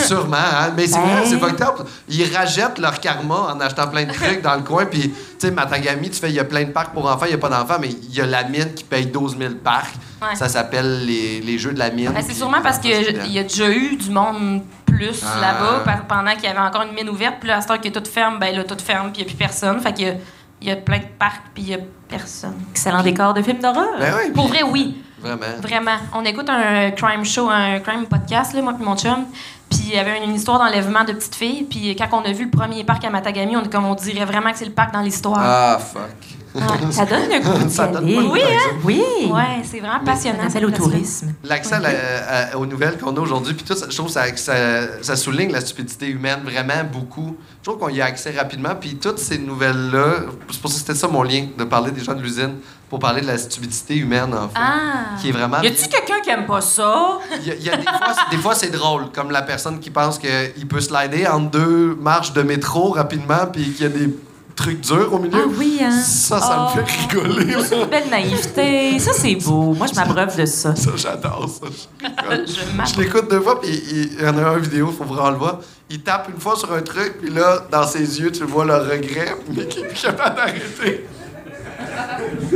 [SPEAKER 2] Sûrement, hein? Mais c'est vrai,
[SPEAKER 3] Ben.
[SPEAKER 2] c'est fucked up. Ils rajettent leur karma en achetant plein de trucs dans le coin. Puis, tu sais, Matagami, tu fais, il y a plein de parcs pour enfants, il n'y a pas d'enfants, mais il y a la mine qui paye 12 000 parcs.
[SPEAKER 4] Ouais.
[SPEAKER 2] Ça s'appelle les, les jeux de la mine.
[SPEAKER 4] Ben, c'est sûrement parce qu'il y a déjà eu du monde plus
[SPEAKER 2] Ah.
[SPEAKER 4] là-bas par- pendant qu'il y avait encore une mine ouverte. Puis là, à cette heure qu'il y a toute ferme, ben là, toute ferme, puis il n'y a plus personne. Fait qu'il y a- il y, a plein de parcs, puis il n'y a personne.
[SPEAKER 3] Excellent décor de film d'horreur.
[SPEAKER 2] Ben oui,
[SPEAKER 4] Pour vrai, oui.
[SPEAKER 2] vraiment.
[SPEAKER 4] Vraiment. On écoute un crime show, un crime podcast, là, moi puis mon chum. Puis il y avait une histoire d'enlèvement de petites filles. Puis quand on a vu le premier parc à Matagami, on, comme on dirait vraiment que c'est le parc dans l'histoire.
[SPEAKER 2] Ah, fuck. *laughs*
[SPEAKER 4] Ouais.
[SPEAKER 3] Ça donne le goût d'y
[SPEAKER 2] Ça donne pas
[SPEAKER 3] aller.
[SPEAKER 2] le goût,
[SPEAKER 3] Oui,
[SPEAKER 2] par
[SPEAKER 3] hein? Oui.
[SPEAKER 4] Ouais, c'est vraiment
[SPEAKER 3] On
[SPEAKER 4] passionnant.
[SPEAKER 3] appelle
[SPEAKER 4] cette
[SPEAKER 3] au
[SPEAKER 4] place-là.
[SPEAKER 3] tourisme.
[SPEAKER 2] L'accès à la- à- aux nouvelles qu'on a aujourd'hui, puis tout, ça, je trouve que ça, que ça, ça souligne la stupidité humaine vraiment beaucoup. Je trouve qu'on y a accès rapidement, puis toutes ces nouvelles-là, c'est pour ça que c'était ça mon lien, de parler des gens de l'usine, pour parler de la stupidité humaine, en fait.
[SPEAKER 4] Ah!
[SPEAKER 2] Qui est vraiment.
[SPEAKER 3] Y a-tu quelqu'un qui aime pas ça?
[SPEAKER 2] Il y a- il y a des fois, c'est- des fois, c'est drôle, comme la personne qui pense qu'il peut slider entre deux marches de métro rapidement, puis qu'il y a des trucs durs au
[SPEAKER 3] Ah
[SPEAKER 2] milieu.
[SPEAKER 3] oui, hein?
[SPEAKER 2] Ça, ça me
[SPEAKER 3] Oh.
[SPEAKER 2] fait rigoler.
[SPEAKER 3] C'est une belle naïveté. Ça, c'est beau. Moi, je m'abreuve de ça.
[SPEAKER 2] Ça, j'adore ça. Je rigole.
[SPEAKER 4] Je m'app-
[SPEAKER 2] Je l'écoute deux fois, puis il, il y en a un vidéo, faut vraiment le voir. Il tape une fois sur un truc, puis là, dans ses yeux, tu vois le regret, *laughs* mais qui est plus capable d'arrêter.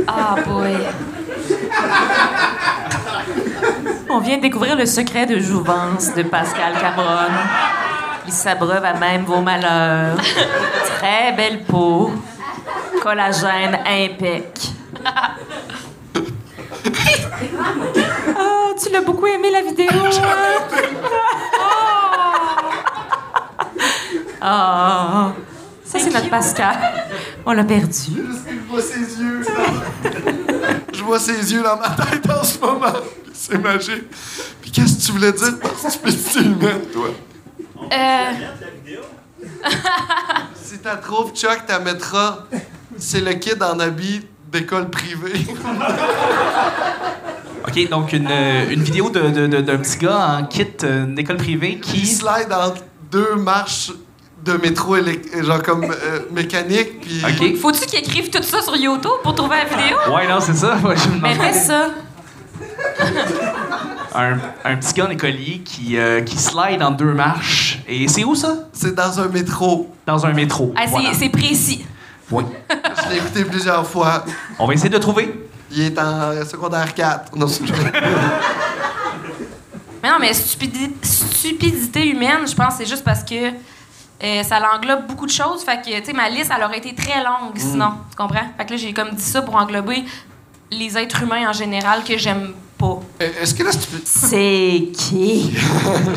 [SPEAKER 4] Ah, boy.
[SPEAKER 3] On vient de découvrir le secret de jouvence de Pascal Cameron. Il s'abreuve à même vos malheurs. Très belle peau. Collagène impec. Ah, tu l'as beaucoup aimé la vidéo. hein? Ah, ça c'est notre Pascal. On l'a perdu.
[SPEAKER 2] Juste que je vois ses yeux. dans- *laughs* je vois ses yeux dans ma tête en ce moment. puis C'est magique. Puis qu'est-ce que tu voulais *laughs* dire par stupidité humaine, toi?
[SPEAKER 4] Euh,
[SPEAKER 5] Mettre la vidéo?
[SPEAKER 2] Si t'as trouves, Chuck, t'as mettras. C'est le kid en habit d'école privée.
[SPEAKER 1] OK, donc une, euh, une vidéo de- de- de- d'un petit gars en kit euh, d'école privée
[SPEAKER 2] Il
[SPEAKER 1] qui...
[SPEAKER 2] slide entre deux marches de métro élec- genre comme euh, mécanique, puis...
[SPEAKER 1] *laughs* OK.
[SPEAKER 4] Faut-tu qu'ils écrivent tout ça sur YouTube pour trouver la vidéo?
[SPEAKER 1] Ouais, non, c'est ça. *laughs* Moi, je me
[SPEAKER 3] Mais
[SPEAKER 1] demandais.
[SPEAKER 3] fais ça.
[SPEAKER 1] un, un petit gars en écolier qui, euh, qui slide en deux marches. Et c'est où, ça?
[SPEAKER 2] C'est dans un métro.
[SPEAKER 1] Dans un métro.
[SPEAKER 4] Ah, c'est-
[SPEAKER 1] Voilà.
[SPEAKER 4] c'est précis.
[SPEAKER 1] Oui.
[SPEAKER 2] Je l'ai écouté plusieurs fois.
[SPEAKER 1] On va essayer de le trouver.
[SPEAKER 2] Il est en secondaire 4. Non, c'est
[SPEAKER 4] Mais non, mais stupidi- stupidité humaine, je pense que c'est juste parce que euh, ça l'englobe beaucoup de choses. Fait que, tu sais, ma liste, elle aurait été très longue
[SPEAKER 1] Mm.
[SPEAKER 4] sinon. Tu comprends? Fait que là, j'ai comme dit ça pour englober les êtres humains en général que j'aime pas.
[SPEAKER 2] Euh, Est-ce que là, tu peux...
[SPEAKER 3] C'est qui?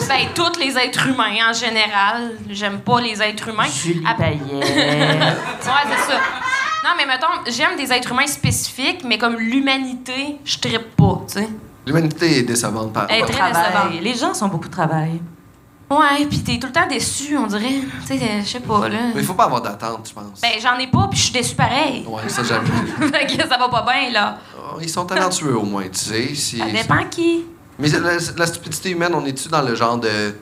[SPEAKER 4] Ben, tous les êtres humains en général. J'aime pas les êtres humains.
[SPEAKER 3] Julie
[SPEAKER 4] Après-
[SPEAKER 3] Payette.
[SPEAKER 4] Ouais, c'est ça. Non, mais mettons, j'aime des êtres humains spécifiques, mais comme l'humanité, je trippe pas, tu sais.
[SPEAKER 2] L'humanité est décevante. Par...
[SPEAKER 4] Elle est très décevante.
[SPEAKER 3] Travail. Les gens sont beaucoup de travail.
[SPEAKER 4] Ouais, pis t'es tout le temps déçu, on dirait. Tu sais, euh, je sais pas, là.
[SPEAKER 2] Mais il faut pas avoir d'attente, je pense.
[SPEAKER 4] Ben, j'en ai pas, puis je suis déçue pareil. *laughs*
[SPEAKER 2] Ouais, ça, j'avoue.
[SPEAKER 4] fait que ça va pas bien, là.
[SPEAKER 2] Oh, Ils sont talentueux, au moins, tu sais. si-
[SPEAKER 4] Ça dépend qui.
[SPEAKER 2] Mais la, la stupidité humaine, on est-tu dans le genre de...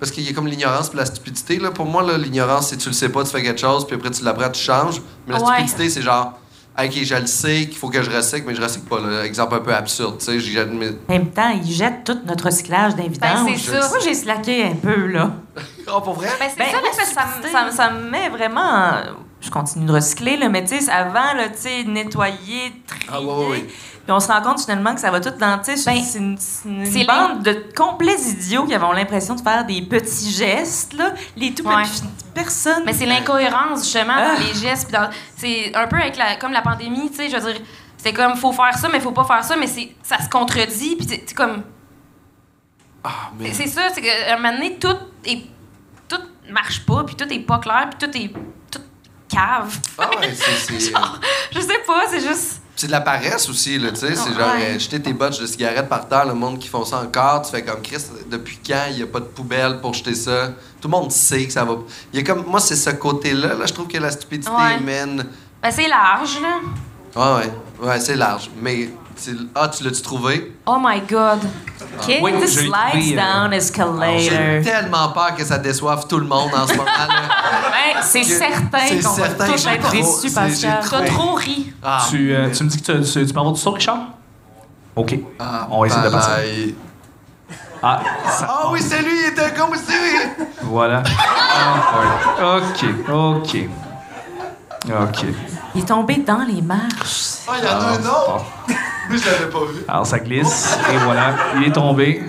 [SPEAKER 2] Parce qu'il y a comme l'ignorance puis la stupidité. Là. Pour moi, là, l'ignorance, c'est tu le sais pas, tu fais quelque chose, puis après tu l'apprends, tu changes. Mais la
[SPEAKER 4] Ouais.
[SPEAKER 2] stupidité, c'est genre, OK, je le sais qu'il faut que je recycle, mais je recycle pas. Là. Exemple un peu absurde, tu sais. j'ai- mais-
[SPEAKER 3] En même temps, ils jettent tout notre recyclage d'invidence.
[SPEAKER 4] Ben, c'est ça.
[SPEAKER 3] Moi, j'ai slacké un peu, là.
[SPEAKER 2] Ah, pour vrai?
[SPEAKER 4] Ben, c'est
[SPEAKER 3] Ben,
[SPEAKER 4] ça,
[SPEAKER 3] moi,
[SPEAKER 4] la
[SPEAKER 3] ça, me-
[SPEAKER 4] stupidité.
[SPEAKER 3] ça me- ça me met vraiment... Je continue de recycler, là, mais tu sais, avant, là, tu sais, nettoyer, trier...
[SPEAKER 2] Ah, ouais, ouais, ouais.
[SPEAKER 3] Puis on se rend compte, finalement, que ça va tout dans... Tu sais,
[SPEAKER 4] Ben,
[SPEAKER 3] c'est une, c'est une
[SPEAKER 4] c'est
[SPEAKER 3] bande de complets idiots qui avons l'impression de faire des petits gestes, là. Les tout
[SPEAKER 4] Ouais.
[SPEAKER 3] petites personnes...
[SPEAKER 4] Mais c'est l'incohérence, justement,
[SPEAKER 3] Ah.
[SPEAKER 4] dans les gestes. pis dans- C'est un peu avec la, comme la pandémie, tu sais, je veux dire, c'est comme, faut faire ça, mais faut pas faire ça, mais c'est- ça se contredit, puis c'est c'est comme...
[SPEAKER 2] Ah, mais...
[SPEAKER 4] C'est ça, c'est qu'à un moment donné, tout est... Tout marche pas, puis tout est pas clair, puis tout est tout cave.
[SPEAKER 2] Ah ouais,
[SPEAKER 4] *laughs*
[SPEAKER 2] c'est- c'est.
[SPEAKER 4] Genre, je sais pas, c'est juste.
[SPEAKER 2] C'est de la paresse aussi, là, tu sais. C'est genre,
[SPEAKER 4] Ouais.
[SPEAKER 2] euh, jeter tes botches de cigarettes par terre, le monde qui font ça encore. Tu fais comme Chris, depuis quand il n'y a pas de poubelle pour jeter ça? Tout le monde sait que ça va. Il y a comme. Moi, c'est ce côté-là, là, je trouve que la stupidité
[SPEAKER 4] Ouais.
[SPEAKER 2] humaine.
[SPEAKER 4] Ben, c'est large, là.
[SPEAKER 2] Ouais, ouais. Ouais, c'est large. Mais. c'est- Ah, tu l'as-tu trouvé?
[SPEAKER 4] Oh my god.
[SPEAKER 2] Ah,
[SPEAKER 3] Kick
[SPEAKER 1] oui,
[SPEAKER 3] the
[SPEAKER 1] je l'ai
[SPEAKER 3] slides
[SPEAKER 1] trouvé, euh,
[SPEAKER 3] down
[SPEAKER 2] J'ai
[SPEAKER 3] escalator.
[SPEAKER 2] tellement peur que ça déçoive tout le monde en ce moment,
[SPEAKER 1] *laughs*
[SPEAKER 2] là.
[SPEAKER 3] Ben, c'est
[SPEAKER 2] Que-
[SPEAKER 3] certain
[SPEAKER 2] c'est
[SPEAKER 3] qu'on va
[SPEAKER 2] certain que
[SPEAKER 3] tous
[SPEAKER 2] j'ai
[SPEAKER 3] être
[SPEAKER 2] trop-
[SPEAKER 3] déçus,
[SPEAKER 2] c'est-
[SPEAKER 3] Pascal.
[SPEAKER 2] j'ai
[SPEAKER 4] T'as trop ri.
[SPEAKER 2] Ah,
[SPEAKER 1] Tu, euh, tu me dis que tu, tu- tu peux avoir du son, Richard? OK.
[SPEAKER 2] ah,
[SPEAKER 1] On va essayer de passer.
[SPEAKER 2] pareil.
[SPEAKER 1] Ah, ça-
[SPEAKER 2] Ah oui, c'est lui, il était con aussi!
[SPEAKER 1] voilà. Ah, OK, OK. OK.
[SPEAKER 3] Il est tombé dans les marches.
[SPEAKER 2] Ah, il y en a un
[SPEAKER 1] bon.
[SPEAKER 2] autre! Lui, je l'avais pas vu.
[SPEAKER 1] Alors, ça glisse, et voilà, il est tombé.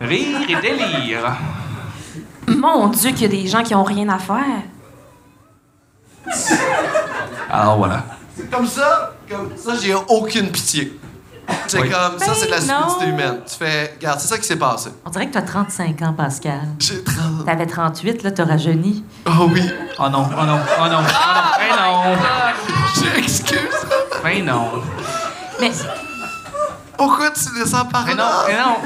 [SPEAKER 1] Rire et délire.
[SPEAKER 4] Mon Dieu, qu'il y a des gens qui ont rien à faire.
[SPEAKER 1] Alors, voilà.
[SPEAKER 2] Comme ça, comme ça, j'ai aucune pitié. C'est
[SPEAKER 1] Oui.
[SPEAKER 2] comme ça, c'est de la
[SPEAKER 3] Ben
[SPEAKER 2] stupidité
[SPEAKER 3] non.
[SPEAKER 2] humaine. Tu fais, regarde, c'est ça qui s'est passé.
[SPEAKER 3] On dirait que tu as 35 ans, Pascal.
[SPEAKER 2] J'ai 30.
[SPEAKER 3] T'avais 38, là, t'as rajeuni.
[SPEAKER 2] Oh oui, *laughs*
[SPEAKER 1] Oh non, oh non, oh non, oh non,
[SPEAKER 2] j'excuse.
[SPEAKER 1] ben non, ben non,
[SPEAKER 3] Mais,
[SPEAKER 2] Pourquoi tu descends par
[SPEAKER 1] ben non,
[SPEAKER 2] là?
[SPEAKER 1] ben non.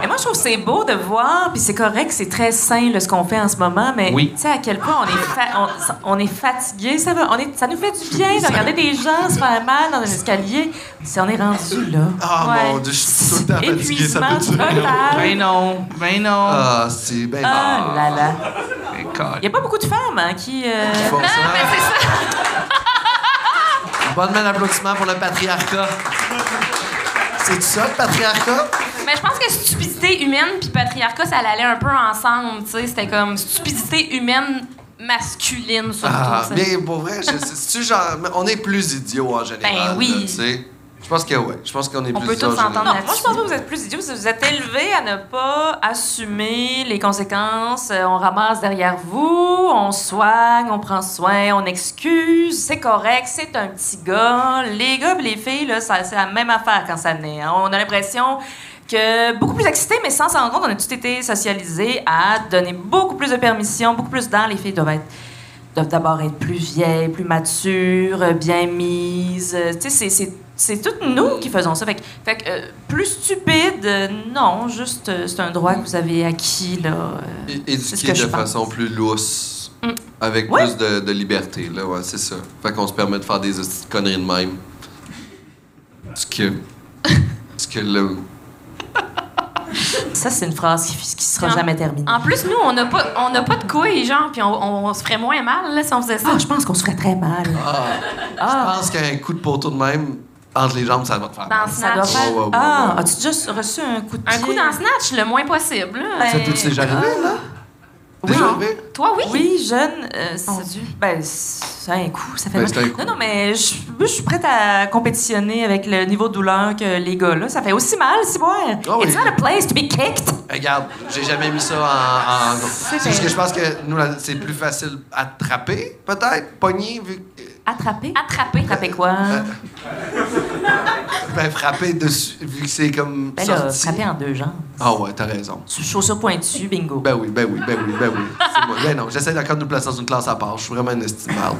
[SPEAKER 3] mais moi, je trouve que c'est beau de voir, puis c'est correct, c'est très sain, là, ce qu'on fait en ce moment, mais
[SPEAKER 1] Oui.
[SPEAKER 3] tu sais, à quel point on est, fa- on, on est fatigué, ça, va, on est, ça nous fait du bien de regarder des gens se faire mal dans un escalier. Si on est rendu là.
[SPEAKER 2] Ah
[SPEAKER 4] Ouais.
[SPEAKER 2] mon dieu, je suis tout le temps fatigué, ça
[SPEAKER 3] Épuisement
[SPEAKER 2] peut durer.
[SPEAKER 1] Ben
[SPEAKER 3] total.
[SPEAKER 1] non, ben non.
[SPEAKER 2] Ah, c'est ben.
[SPEAKER 3] Ah là là.
[SPEAKER 1] Ben,
[SPEAKER 3] Il
[SPEAKER 1] colle.
[SPEAKER 3] n'y a pas beaucoup de femmes hein, qui. euh,
[SPEAKER 2] Ils font
[SPEAKER 4] Ah, ben
[SPEAKER 2] ça.
[SPEAKER 4] c'est ça.
[SPEAKER 2] Bonne main d'applaudissement pour le patriarcat. C'est ça le patriarcat?
[SPEAKER 4] Mais je pense que stupidité humaine puis patriarcat, ça allait un peu ensemble, tu sais. C'était comme stupidité humaine masculine, surtout.
[SPEAKER 2] Ah,
[SPEAKER 4] tu sais.
[SPEAKER 2] mais pour vrai, je- c'est- c'est-tu genre, mais on est plus idiots en général.
[SPEAKER 4] Ben oui.
[SPEAKER 2] là, tu sais. Je pense que ouais. Je pense qu'on est
[SPEAKER 4] On
[SPEAKER 2] plus
[SPEAKER 4] peut
[SPEAKER 2] idiots en
[SPEAKER 4] tous
[SPEAKER 2] général.
[SPEAKER 4] s'entendre.
[SPEAKER 3] Non, moi je pense pas que vous êtes plus idiot, vous êtes élevé à ne pas assumer les conséquences. Euh, On ramasse derrière vous, on soigne, on prend soin, on excuse, c'est correct, c'est un petit gars. Les gars et les filles, là, ça- c'est la même affaire quand ça naît. hein. On a l'impression que beaucoup plus excité, mais sans s'en rendre compte, on a tout été socialisés à donner beaucoup plus de permission, beaucoup plus d'air. Les filles doivent être doivent d'abord être plus vieilles, plus matures, euh, bien mises. Euh, Tu sais, c'est- c'est- c'est toutes nous qui faisons ça. Fait que, fait que, euh, plus stupide, euh, non, juste euh, c'est un droit que vous avez acquis, là. euh.
[SPEAKER 2] É-
[SPEAKER 3] C'est ce
[SPEAKER 2] Éduquer
[SPEAKER 3] que je
[SPEAKER 2] de
[SPEAKER 3] pense.
[SPEAKER 2] façon plus lousse, avec
[SPEAKER 3] Ouais.
[SPEAKER 2] plus de, de liberté, là, ouais, c'est ça. Fait qu'on se permet de faire des hosties de conneries de même. Ce que. Ce que là.
[SPEAKER 3] Ça, c'est une phrase qui, qui sera
[SPEAKER 4] Non.
[SPEAKER 3] jamais terminée.
[SPEAKER 4] En plus, nous, on n'a pas, on n'a pas de couilles, genre, puis on, on se ferait moins mal là, si on faisait ça.
[SPEAKER 3] Ah, je pense qu'on se ferait très mal.
[SPEAKER 2] Ah, Je
[SPEAKER 3] Ah,
[SPEAKER 2] pense qu'un coup de poteau de même, entre les jambes, ça va te faire. mal.
[SPEAKER 4] Dans
[SPEAKER 3] ça doit
[SPEAKER 4] Snatch.
[SPEAKER 3] faire.
[SPEAKER 2] Ouais, ouais, ouais,
[SPEAKER 3] ah,
[SPEAKER 2] ouais.
[SPEAKER 3] as-tu déjà reçu un coup de
[SPEAKER 4] Un
[SPEAKER 3] pied?
[SPEAKER 4] coup dans Snatch, le moins possible. là.
[SPEAKER 2] Ça peut-tu déjà arriver, là?
[SPEAKER 3] Oui.
[SPEAKER 2] Déjà arrivé?
[SPEAKER 4] Toi, ah, oui.
[SPEAKER 3] Oui, jeune. euh,
[SPEAKER 4] Mon
[SPEAKER 3] c'est-
[SPEAKER 4] Dieu.
[SPEAKER 3] Ben, c'est un coup, ça fait
[SPEAKER 2] Ben,
[SPEAKER 3] mal.
[SPEAKER 2] c'est un coup.
[SPEAKER 3] Non, non, mais je, moi, je suis prête à compétitionner avec le niveau de douleur que les gars, là. Ça fait aussi mal, si moi.
[SPEAKER 2] Ah oui.
[SPEAKER 3] It's not a place to be kicked.
[SPEAKER 2] Regarde, j'ai jamais mis ça en. en...
[SPEAKER 3] C'est
[SPEAKER 2] C'est parce
[SPEAKER 3] vrai.
[SPEAKER 2] que je pense que nous, là, c'est plus facile à attraper, peut-être, pogner, vu que.
[SPEAKER 3] Attraper.
[SPEAKER 4] Attrapé.
[SPEAKER 3] Attraper quoi?
[SPEAKER 2] Euh, Ben, frapper dessus, vu que c'est comme.
[SPEAKER 3] Ben là,
[SPEAKER 2] sorti.
[SPEAKER 3] frapper en deux jambes.
[SPEAKER 2] Ah ouais, t'as raison.
[SPEAKER 3] Sous- Chaussures pointues, bingo.
[SPEAKER 2] Ben oui, ben oui, ben oui, ben oui. C'est moi. Ben non, j'essaie encore de nous placer dans une classe à part. Je suis vraiment une estimable.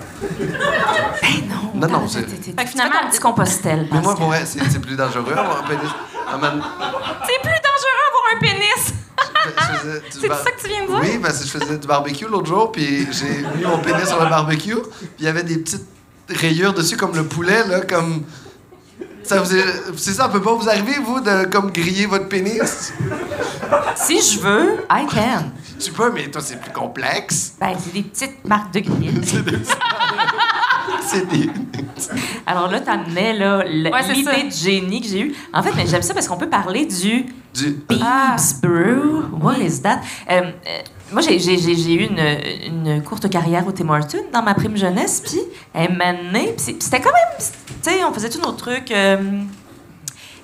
[SPEAKER 2] non,
[SPEAKER 3] Ben
[SPEAKER 2] non, c'est-
[SPEAKER 3] Fait que finalement, un petit compostel.
[SPEAKER 2] Mais moi,
[SPEAKER 3] Pascal.
[SPEAKER 2] pour vrai, c'est c'est plus dangereux avoir un pénis. Ah, man,
[SPEAKER 4] C'est plus dangereux avoir un pénis.
[SPEAKER 2] Bah, je faisais du
[SPEAKER 4] C'est
[SPEAKER 2] bar-
[SPEAKER 4] ça que tu viens de dire?
[SPEAKER 2] Oui, parce que je faisais du barbecue l'autre jour, puis j'ai mis mon pénis sur le barbecue, puis il y avait des petites rayures dessus, comme le poulet, là, comme... Ça vous est- C'est ça, peut pas vous arriver, vous, de comme griller votre pénis?
[SPEAKER 3] Si je veux, I can.
[SPEAKER 2] Tu peux, mais toi, c'est plus complexe. *laughs*
[SPEAKER 3] Ben, c'est des petites marques de grill.
[SPEAKER 2] C'est des...
[SPEAKER 3] Alors là, t'amenais, là, le-
[SPEAKER 4] Ouais, c'est
[SPEAKER 3] l'idée
[SPEAKER 4] ça.
[SPEAKER 3] de génie que j'ai eue. En fait, mais j'aime ça parce qu'on peut parler du
[SPEAKER 2] Du...
[SPEAKER 3] Beebs Brew, what is that? Euh, euh, moi, j'ai, j'ai- j'ai- j'ai eu une, une courte carrière au Tim Hortons dans ma prime jeunesse, puis elle m'a amené, puis c'est- puis c'était quand même, tu sais, on faisait tous nos trucs, euh,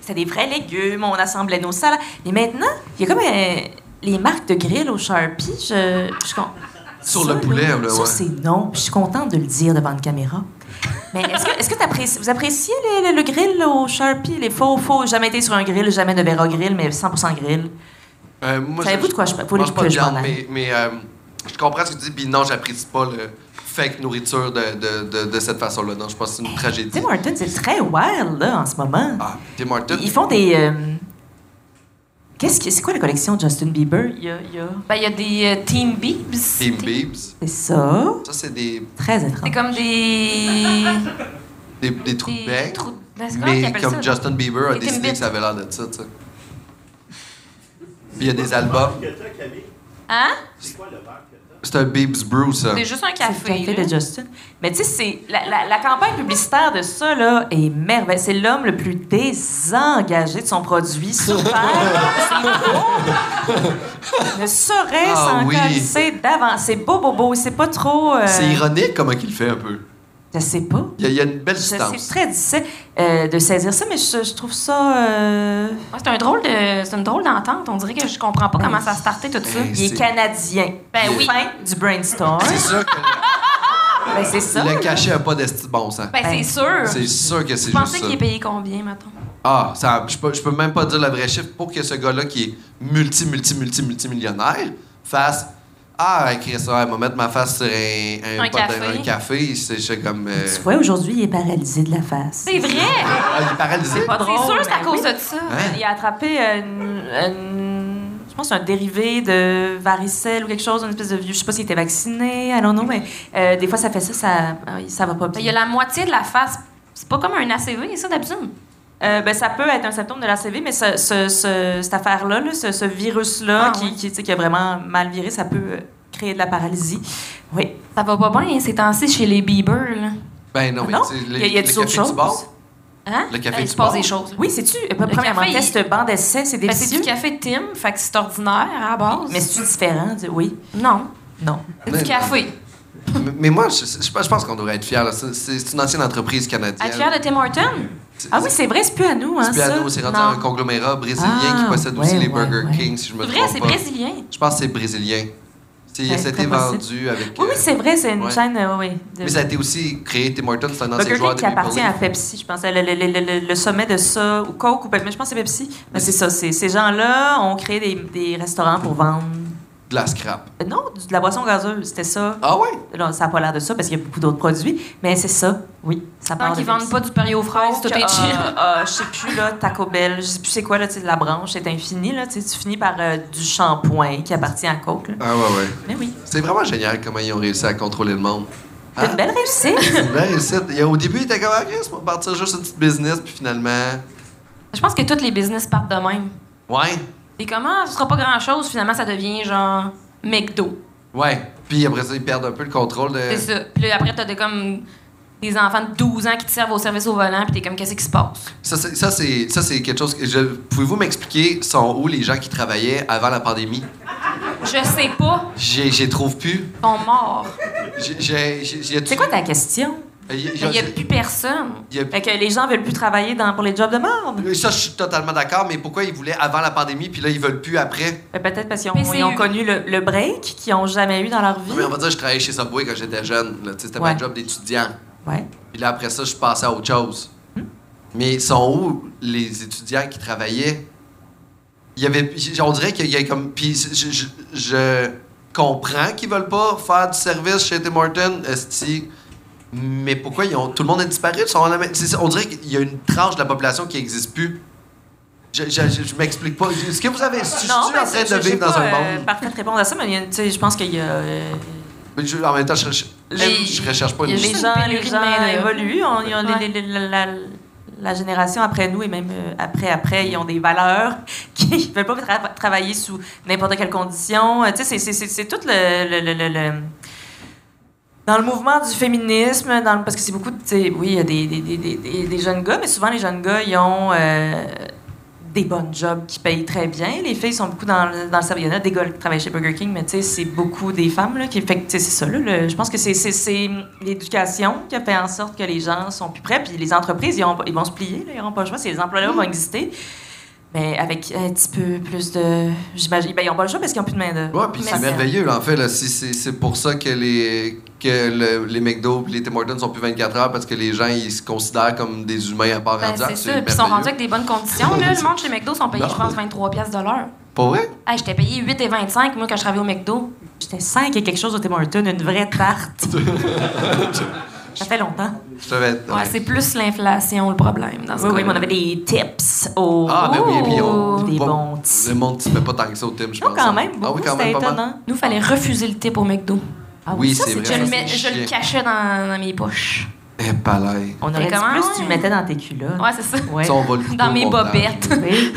[SPEAKER 3] c'était des vrais légumes, on assemblait nos salades. Mais maintenant, il y a comme euh, les marques de grill au Sharpie, je, je suis con-
[SPEAKER 2] Sur
[SPEAKER 3] Ça,
[SPEAKER 2] le poulet, là,
[SPEAKER 3] Ça,
[SPEAKER 2] ouais.
[SPEAKER 3] c'est non, puis je suis contente de le dire devant une caméra. Mais est-ce que, est-ce que t'apprécies- vous appréciez les- le, le grill là, au Sharpie, les faux faux? Jamais été sur un grill, jamais de Vera grill, mais 100% grill.
[SPEAKER 2] Euh, moi,
[SPEAKER 3] Savez-vous
[SPEAKER 2] je-
[SPEAKER 3] de quoi je- faut
[SPEAKER 2] mange
[SPEAKER 3] que
[SPEAKER 2] pas
[SPEAKER 3] je
[SPEAKER 2] viande,
[SPEAKER 3] m'en aille.
[SPEAKER 2] mais, mais, euh, je comprends ce que tu dis, puis non, j'apprécie pas le fake nourriture de, de, de, de cette façon-là. Non, je pense que c'est une
[SPEAKER 3] Tu sais,
[SPEAKER 2] tragédie.
[SPEAKER 3] Martin, c'est très wild, là, en ce moment.
[SPEAKER 2] Ah, Tim Martin.
[SPEAKER 3] Ils font des. euh, Qu'est-ce que c'est quoi la collection de Justin Bieber Il y a, il y a-
[SPEAKER 4] Ben, il y a des euh, Team Beebs.
[SPEAKER 2] Team Beebs.
[SPEAKER 3] c'est ça,
[SPEAKER 2] Ça, c'est des,
[SPEAKER 3] très
[SPEAKER 4] C'est
[SPEAKER 3] étrange.
[SPEAKER 4] comme des.
[SPEAKER 2] des, des trous de
[SPEAKER 4] des
[SPEAKER 2] bec.
[SPEAKER 4] trous de- Ben, c'est comment qu'ils
[SPEAKER 2] Mais
[SPEAKER 4] appellent
[SPEAKER 2] comme
[SPEAKER 4] ça, là?
[SPEAKER 2] Justin Bieber a
[SPEAKER 4] Des
[SPEAKER 2] décidé
[SPEAKER 4] Timbits.
[SPEAKER 2] que ça avait l'air de ça, tu sais. Puis il y a des albums.
[SPEAKER 5] que toi, Camille,
[SPEAKER 4] Hein?
[SPEAKER 5] c'est quoi le verre que t'as?
[SPEAKER 2] C'est un Biebs Brew, ça.
[SPEAKER 4] C'est juste un
[SPEAKER 3] C'est le
[SPEAKER 4] café.
[SPEAKER 3] café
[SPEAKER 4] là.
[SPEAKER 3] de Justin. Mais tu sais, c'est la, la- la campagne publicitaire de ça là est merveilleuse. C'est l'homme le plus désengagé de
[SPEAKER 2] *laughs*
[SPEAKER 3] son produit sur Terre. Il ne saurait
[SPEAKER 2] Ah
[SPEAKER 3] s'en
[SPEAKER 2] oui.
[SPEAKER 3] calisser d'avance. C'est beau, beau, beau. C'est pas trop. euh,
[SPEAKER 2] C'est ironique comment il le fait un peu.
[SPEAKER 3] Je sais pas.
[SPEAKER 2] Il y a, il y a une belle
[SPEAKER 3] Je-
[SPEAKER 2] distance.
[SPEAKER 3] C'est très difficile euh, de saisir ça, mais je, je trouve ça. euh,
[SPEAKER 4] Ouais, c'est un drôle de. C'est une drôle d'entente. On dirait que je comprends pas comment ça a starté tout ça.
[SPEAKER 2] Hey.
[SPEAKER 3] Il
[SPEAKER 2] Ben,
[SPEAKER 3] est
[SPEAKER 2] C'est-
[SPEAKER 3] canadien.
[SPEAKER 4] Ben oui.
[SPEAKER 3] Fin du brainstorm.
[SPEAKER 2] C'est sûr que
[SPEAKER 3] Ben, c'est ça.
[SPEAKER 2] le cachet a pas d'esti de bon sens.
[SPEAKER 4] Ben,
[SPEAKER 3] Ben,
[SPEAKER 4] c'est sûr.
[SPEAKER 2] C'est sûr que c'est juste
[SPEAKER 4] Je pensais
[SPEAKER 2] ça.
[SPEAKER 4] qu'il est payé combien, mettons?
[SPEAKER 2] Ah, ça, je peux, je peux même pas dire le vrai chiffre pour que ce gars-là qui est multi, multi, multi, multimillionnaire fasse Ah, écrit ça, elle va mettre ma face sur un,
[SPEAKER 4] Un
[SPEAKER 2] pot de-
[SPEAKER 4] café.
[SPEAKER 2] un café. C'est c'est comme. euh,
[SPEAKER 3] Tu vois, aujourd'hui, il est paralysé de la face.
[SPEAKER 4] C'est vrai! ben
[SPEAKER 2] ah, il est paralysé.
[SPEAKER 3] pas drôle,
[SPEAKER 4] C'est sûr, c'est à
[SPEAKER 3] mais
[SPEAKER 4] cause
[SPEAKER 3] oui.
[SPEAKER 4] de ça.
[SPEAKER 2] Hein?
[SPEAKER 3] Il a attrapé une, une- je pense un dérivé de varicelle ou quelque chose, une espèce de vieux. Je sais pas s'il était vacciné, allons-nous, mais euh, des fois ça fait ça, ça, ah oui, ça va pas
[SPEAKER 4] Ben,
[SPEAKER 3] bien.
[SPEAKER 4] Il y a la moitié de la face. C'est pas comme un ACV, ça, d'habitude.
[SPEAKER 3] Euh, ben, ça peut être un symptôme de l'ACV, mais ce- ce- ce- cette affaire-là, là, ce, ce virus-là
[SPEAKER 4] Ah,
[SPEAKER 3] qui,
[SPEAKER 4] oui.
[SPEAKER 3] qui, tu sais, qui a vraiment mal viré, ça peut euh, créer de la paralysie. Oui.
[SPEAKER 4] Ça va pas bien ces temps-ci chez les Bieber, là.
[SPEAKER 2] Ben non, mais
[SPEAKER 3] Non,
[SPEAKER 2] tu sais,
[SPEAKER 3] il
[SPEAKER 2] le,
[SPEAKER 3] y a- il y a
[SPEAKER 2] le
[SPEAKER 3] des
[SPEAKER 2] café
[SPEAKER 3] autres
[SPEAKER 2] du
[SPEAKER 3] choses.
[SPEAKER 2] bord,
[SPEAKER 4] Hein?
[SPEAKER 2] Le café
[SPEAKER 4] Ben, il
[SPEAKER 2] du
[SPEAKER 4] se passe
[SPEAKER 2] bord.
[SPEAKER 4] des choses.
[SPEAKER 3] Oui, c'est-tu? euh, Premièrement,
[SPEAKER 4] café, il-
[SPEAKER 3] test banc d'essai, c'est
[SPEAKER 4] Ben, c'est
[SPEAKER 3] délicieux.
[SPEAKER 4] du café Tim, fait que c'est ordinaire à la base.
[SPEAKER 3] Mais c'est-tu différent? du- Oui.
[SPEAKER 4] non,
[SPEAKER 3] Non.
[SPEAKER 4] c'est
[SPEAKER 2] Mais-
[SPEAKER 4] du café.
[SPEAKER 2] Mais, mais moi, je, je- je pense qu'on devrait être fiers. là. C'est- C'est une ancienne entreprise canadienne.
[SPEAKER 4] Être fier de Tim Horton?
[SPEAKER 2] C'est-
[SPEAKER 3] Ah oui, c'est vrai, c'est plus à nous, hein,
[SPEAKER 2] c'est plus à
[SPEAKER 3] ça.
[SPEAKER 2] nous, c'est rendu
[SPEAKER 4] Non.
[SPEAKER 2] un conglomérat brésilien
[SPEAKER 3] Ah,
[SPEAKER 2] qui possède
[SPEAKER 3] ouais,
[SPEAKER 2] aussi les
[SPEAKER 3] ouais,
[SPEAKER 2] Burger
[SPEAKER 3] ouais.
[SPEAKER 2] King, si je me
[SPEAKER 4] C'est
[SPEAKER 2] trompe
[SPEAKER 4] vrai, c'est
[SPEAKER 2] pas.
[SPEAKER 4] brésilien.
[SPEAKER 2] Je pense que c'est brésilien. C'est-
[SPEAKER 3] Ben,
[SPEAKER 2] C'était
[SPEAKER 3] très possible.
[SPEAKER 2] vendu avec.
[SPEAKER 3] Oui, oui,
[SPEAKER 2] euh,
[SPEAKER 3] c'est vrai, c'est une
[SPEAKER 2] ouais.
[SPEAKER 3] chaîne, euh, oui. de-
[SPEAKER 2] Mais ça a été aussi créé, Tim Hortons, c'est un ancien
[SPEAKER 3] Burger
[SPEAKER 2] joueur
[SPEAKER 3] King
[SPEAKER 2] de
[SPEAKER 3] qui
[SPEAKER 2] Maple
[SPEAKER 3] appartient
[SPEAKER 2] Leaf.
[SPEAKER 3] à Pepsi, je pense, le, le- le- le- le sommet de ça, ou Coke, ou Pepsi, mais je pense que c'est Pepsi. Mais c'est ça, c'est- ces gens-là ont créé des, des restaurants pour vendre.
[SPEAKER 2] De la scrap.
[SPEAKER 3] euh, Non, du- de la boisson gazeuse, c'était ça.
[SPEAKER 2] Ah ouais?
[SPEAKER 3] Non, ça n'a pas l'air de ça parce qu'il y a beaucoup d'autres produits, mais c'est ça, oui. Ça
[SPEAKER 4] Tant
[SPEAKER 3] part
[SPEAKER 4] qu'ils
[SPEAKER 3] de
[SPEAKER 4] vendent
[SPEAKER 3] Pepsi.
[SPEAKER 4] pas du Perrier aux fraises, tout
[SPEAKER 3] Coke,
[SPEAKER 4] est chill.
[SPEAKER 3] euh, euh, je sais plus, là, Taco Bell, je sais plus c'est quoi, là, tu sais, la branche, c'est infini, là, tu sais, tu finis par euh, du shampoing qui appartient à Coke, là.
[SPEAKER 2] Ah ouais, ouais.
[SPEAKER 3] Mais oui,
[SPEAKER 2] C'est vraiment génial comment ils ont réussi à contrôler le monde.
[SPEAKER 3] c'est *laughs* une
[SPEAKER 2] Hein?
[SPEAKER 3] belle réussite.
[SPEAKER 2] C'est une belle réussite. Et Au début, ils étaient comme, ah, Chris, on va partir juste une petite business, puis finalement.
[SPEAKER 4] Je pense que tous les business partent de même.
[SPEAKER 2] Ouais.
[SPEAKER 4] Et comment, ce sera pas grand-chose, finalement, ça devient genre McDo.
[SPEAKER 2] Ouais. Puis après ça, ils perdent un peu le contrôle de.
[SPEAKER 4] C'est ça. Puis là, après, t'as des, comme des enfants de 12 ans qui te servent au service au volant, puis t'es comme, qu'est-ce qui se passe?
[SPEAKER 2] Ça, c'est- ça, c'est ça, c'est quelque chose. Que je... Pouvez-vous m'expliquer sont où les gens qui travaillaient avant la pandémie?
[SPEAKER 4] Je sais pas,
[SPEAKER 2] J'ai j'ai trouve plus.
[SPEAKER 4] ils sont morts.
[SPEAKER 2] J'ai- j'ai- j'ai- j'ai-
[SPEAKER 3] C'est quoi ta question?
[SPEAKER 2] Il y a- il y
[SPEAKER 4] Il
[SPEAKER 2] a-
[SPEAKER 4] y a plus personne.
[SPEAKER 2] il y a-
[SPEAKER 3] Fait que les gens veulent plus travailler dans, pour les jobs de merde.
[SPEAKER 2] Ça, je suis totalement d'accord, mais pourquoi ils voulaient avant la pandémie, puis là, ils veulent plus après?
[SPEAKER 3] Ben, Peut-être parce qu'ils ont,
[SPEAKER 4] PCU.
[SPEAKER 3] ils ont connu le, le break qu'ils n'ont jamais eu dans leur vie.
[SPEAKER 2] Non, mais on va dire, je travaillais chez Subway quand j'étais jeune. là. Tu sais, C'était
[SPEAKER 3] Ouais.
[SPEAKER 2] ma job d'étudiant.
[SPEAKER 3] Ouais.
[SPEAKER 2] Puis là, après ça, je passais à autre chose. Mais sont où les étudiants qui travaillaient? Il y avait, j- on dirait qu'il y a comme... Puis je, je- je comprends qu'ils veulent pas faire du service chez Tim Hortons, esti. mais pourquoi ils ont, tout le monde a disparu? Ils sont à la même- c'est- on dirait qu'il y a une tranche de la population qui n'existe plus. Je, je, je- je m'explique pas. Est-ce que vous avez... Je suis en
[SPEAKER 3] ben,
[SPEAKER 2] train
[SPEAKER 3] je-
[SPEAKER 2] de
[SPEAKER 3] je sais
[SPEAKER 2] vivre dans
[SPEAKER 3] pas,
[SPEAKER 2] un
[SPEAKER 3] euh,
[SPEAKER 2] monde...
[SPEAKER 3] parfaite réponse à ça, mais il y a une- tu sais, je pense qu'il y a. euh,
[SPEAKER 2] Mais je- en même temps, je, recherche-
[SPEAKER 4] Les-
[SPEAKER 2] je recherche pas une...
[SPEAKER 4] Il y a
[SPEAKER 3] les
[SPEAKER 4] juste
[SPEAKER 3] gens,
[SPEAKER 4] une
[SPEAKER 3] les
[SPEAKER 4] pénurie de
[SPEAKER 3] gens
[SPEAKER 4] main-d'œuvre.
[SPEAKER 3] évoluent. on- ils ont les-
[SPEAKER 4] Ouais.
[SPEAKER 3] les- les- la, la- la génération après nous et même euh, après, après, ils ont des valeurs *laughs* qui ne veulent pas tra- travailler sous n'importe quelle condition. Euh, tu sais, c'est- c'est- c'est c'est tout le- le- le- le- le dans le mouvement du féminisme, dans le- parce que c'est beaucoup, de- tu sais, oui, il y a des, des- des- des- des- des jeunes gars, mais souvent les jeunes gars, ils ont euh, des bonnes jobs qui payent très bien. Les filles sont beaucoup dans, le- dans le service. Il y en a des gars qui travaillent chez Burger King, mais tu sais, c'est beaucoup des femmes là, qui fait que, tu sais, c'est ça. Là, le- je pense que c'est- c'est c'est l'éducation qui a fait en sorte que les gens sont plus prêts, puis les entreprises, ils, auront pas- ils vont se plier, là, ils n'auront pas le choix. Ces emplois-là
[SPEAKER 4] Mm.
[SPEAKER 3] vont exister. Mais avec un petit peu plus de. J'imagine. Ben, ils n'ont pas le choix parce qu'ils n'ont plus de main-d'œuvre.
[SPEAKER 2] Ouais, puis
[SPEAKER 4] Mais
[SPEAKER 2] c'est
[SPEAKER 4] c'est-
[SPEAKER 2] merveilleux, là, en fait. là. C'est- C'est c'est pour ça que les, que le- les McDo et les Tim Hortons sont plus 24 heures parce que les gens, ils se considèrent comme des humains à part
[SPEAKER 4] Ben,
[SPEAKER 2] entière.
[SPEAKER 4] c'est ça. Puis ils sont rendus avec des bonnes conditions. Là, le monde chez McDo sont payés,
[SPEAKER 2] Non.
[SPEAKER 4] je pense, 23 pièces de l'heure.
[SPEAKER 2] merveilleux. Pas vrai?
[SPEAKER 4] Ah, j'étais payé 8,25 moi quand je travaillais au McDo.
[SPEAKER 3] J'étais 5 et quelque chose au Tim Hortons, une vraie
[SPEAKER 2] *laughs*
[SPEAKER 3] tarte. Ça fait longtemps.
[SPEAKER 2] Je devais être.
[SPEAKER 4] Ouais, c'est plus l'inflation le problème dans ce
[SPEAKER 3] Oui, oui,
[SPEAKER 4] cas-là.
[SPEAKER 3] mais on avait des tips au.
[SPEAKER 2] euh, Ah, ben oui, et puis on.
[SPEAKER 3] Des
[SPEAKER 2] pas-
[SPEAKER 3] bons tips.
[SPEAKER 2] Le monde ne fait pas tant que ça au Tim, je
[SPEAKER 3] Non,
[SPEAKER 2] pense.
[SPEAKER 3] quand même,
[SPEAKER 2] Ah
[SPEAKER 3] beaucoup,
[SPEAKER 2] oui, quand
[SPEAKER 3] c'était
[SPEAKER 2] même, pas mal.
[SPEAKER 3] étonnant.
[SPEAKER 4] Nous, fallait refuser le tip au McDo.
[SPEAKER 3] Ah
[SPEAKER 2] Oui,
[SPEAKER 3] ça,
[SPEAKER 2] c'est
[SPEAKER 3] c'est
[SPEAKER 2] vrai.
[SPEAKER 4] Je le,
[SPEAKER 2] ça,
[SPEAKER 4] mets-
[SPEAKER 2] c'est
[SPEAKER 4] je le
[SPEAKER 2] chiant.
[SPEAKER 4] cachais dans, dans mes poches.
[SPEAKER 2] Eh, palais.
[SPEAKER 3] On aurait dit
[SPEAKER 4] comment,
[SPEAKER 3] plus tu
[SPEAKER 4] ouais?
[SPEAKER 3] le mettais dans tes culottes.
[SPEAKER 4] Ouais, c'est ça.
[SPEAKER 3] Ouais.
[SPEAKER 2] Ça, on va le couper
[SPEAKER 4] Dans
[SPEAKER 2] au
[SPEAKER 4] mes
[SPEAKER 2] montage.
[SPEAKER 4] bobettes.
[SPEAKER 3] Oui.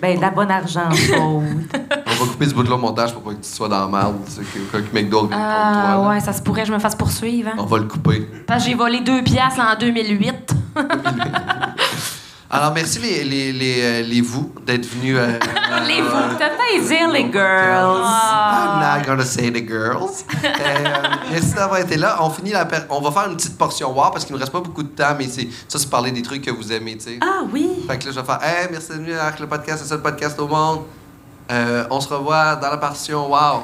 [SPEAKER 3] Ben, de la
[SPEAKER 2] *laughs*
[SPEAKER 3] bonne argent, faute.
[SPEAKER 2] On va couper ce bout-là au montage pour pas que tu sois dans la merde. tu sais, que, que McDo vienne
[SPEAKER 4] Ah,
[SPEAKER 2] contre toi, là. Oh.
[SPEAKER 4] ouais, ça se pourrait, je me fasse poursuivre. hein.
[SPEAKER 2] On va le couper.
[SPEAKER 4] Parce que j'ai volé deux piastres en 2008.
[SPEAKER 2] Alors, merci les, les, les, euh, les vous d'être venus.
[SPEAKER 4] *laughs*
[SPEAKER 2] euh,
[SPEAKER 3] les vous, t'as pas dire les girls.
[SPEAKER 2] I'm
[SPEAKER 4] Ah.
[SPEAKER 2] not gonna say the girls. Euh, merci d'avoir été là. On finit la per- on va faire une petite portion war parce qu'il nous reste pas beaucoup de temps, mais c'est ça, c'est parler des trucs que vous aimez, tu sais.
[SPEAKER 3] Ah oui.
[SPEAKER 2] Fait que là, je vais faire Hey, merci d'être venu à Arc le podcast, le seul podcast au monde. Euh, on se revoit dans la portion wow.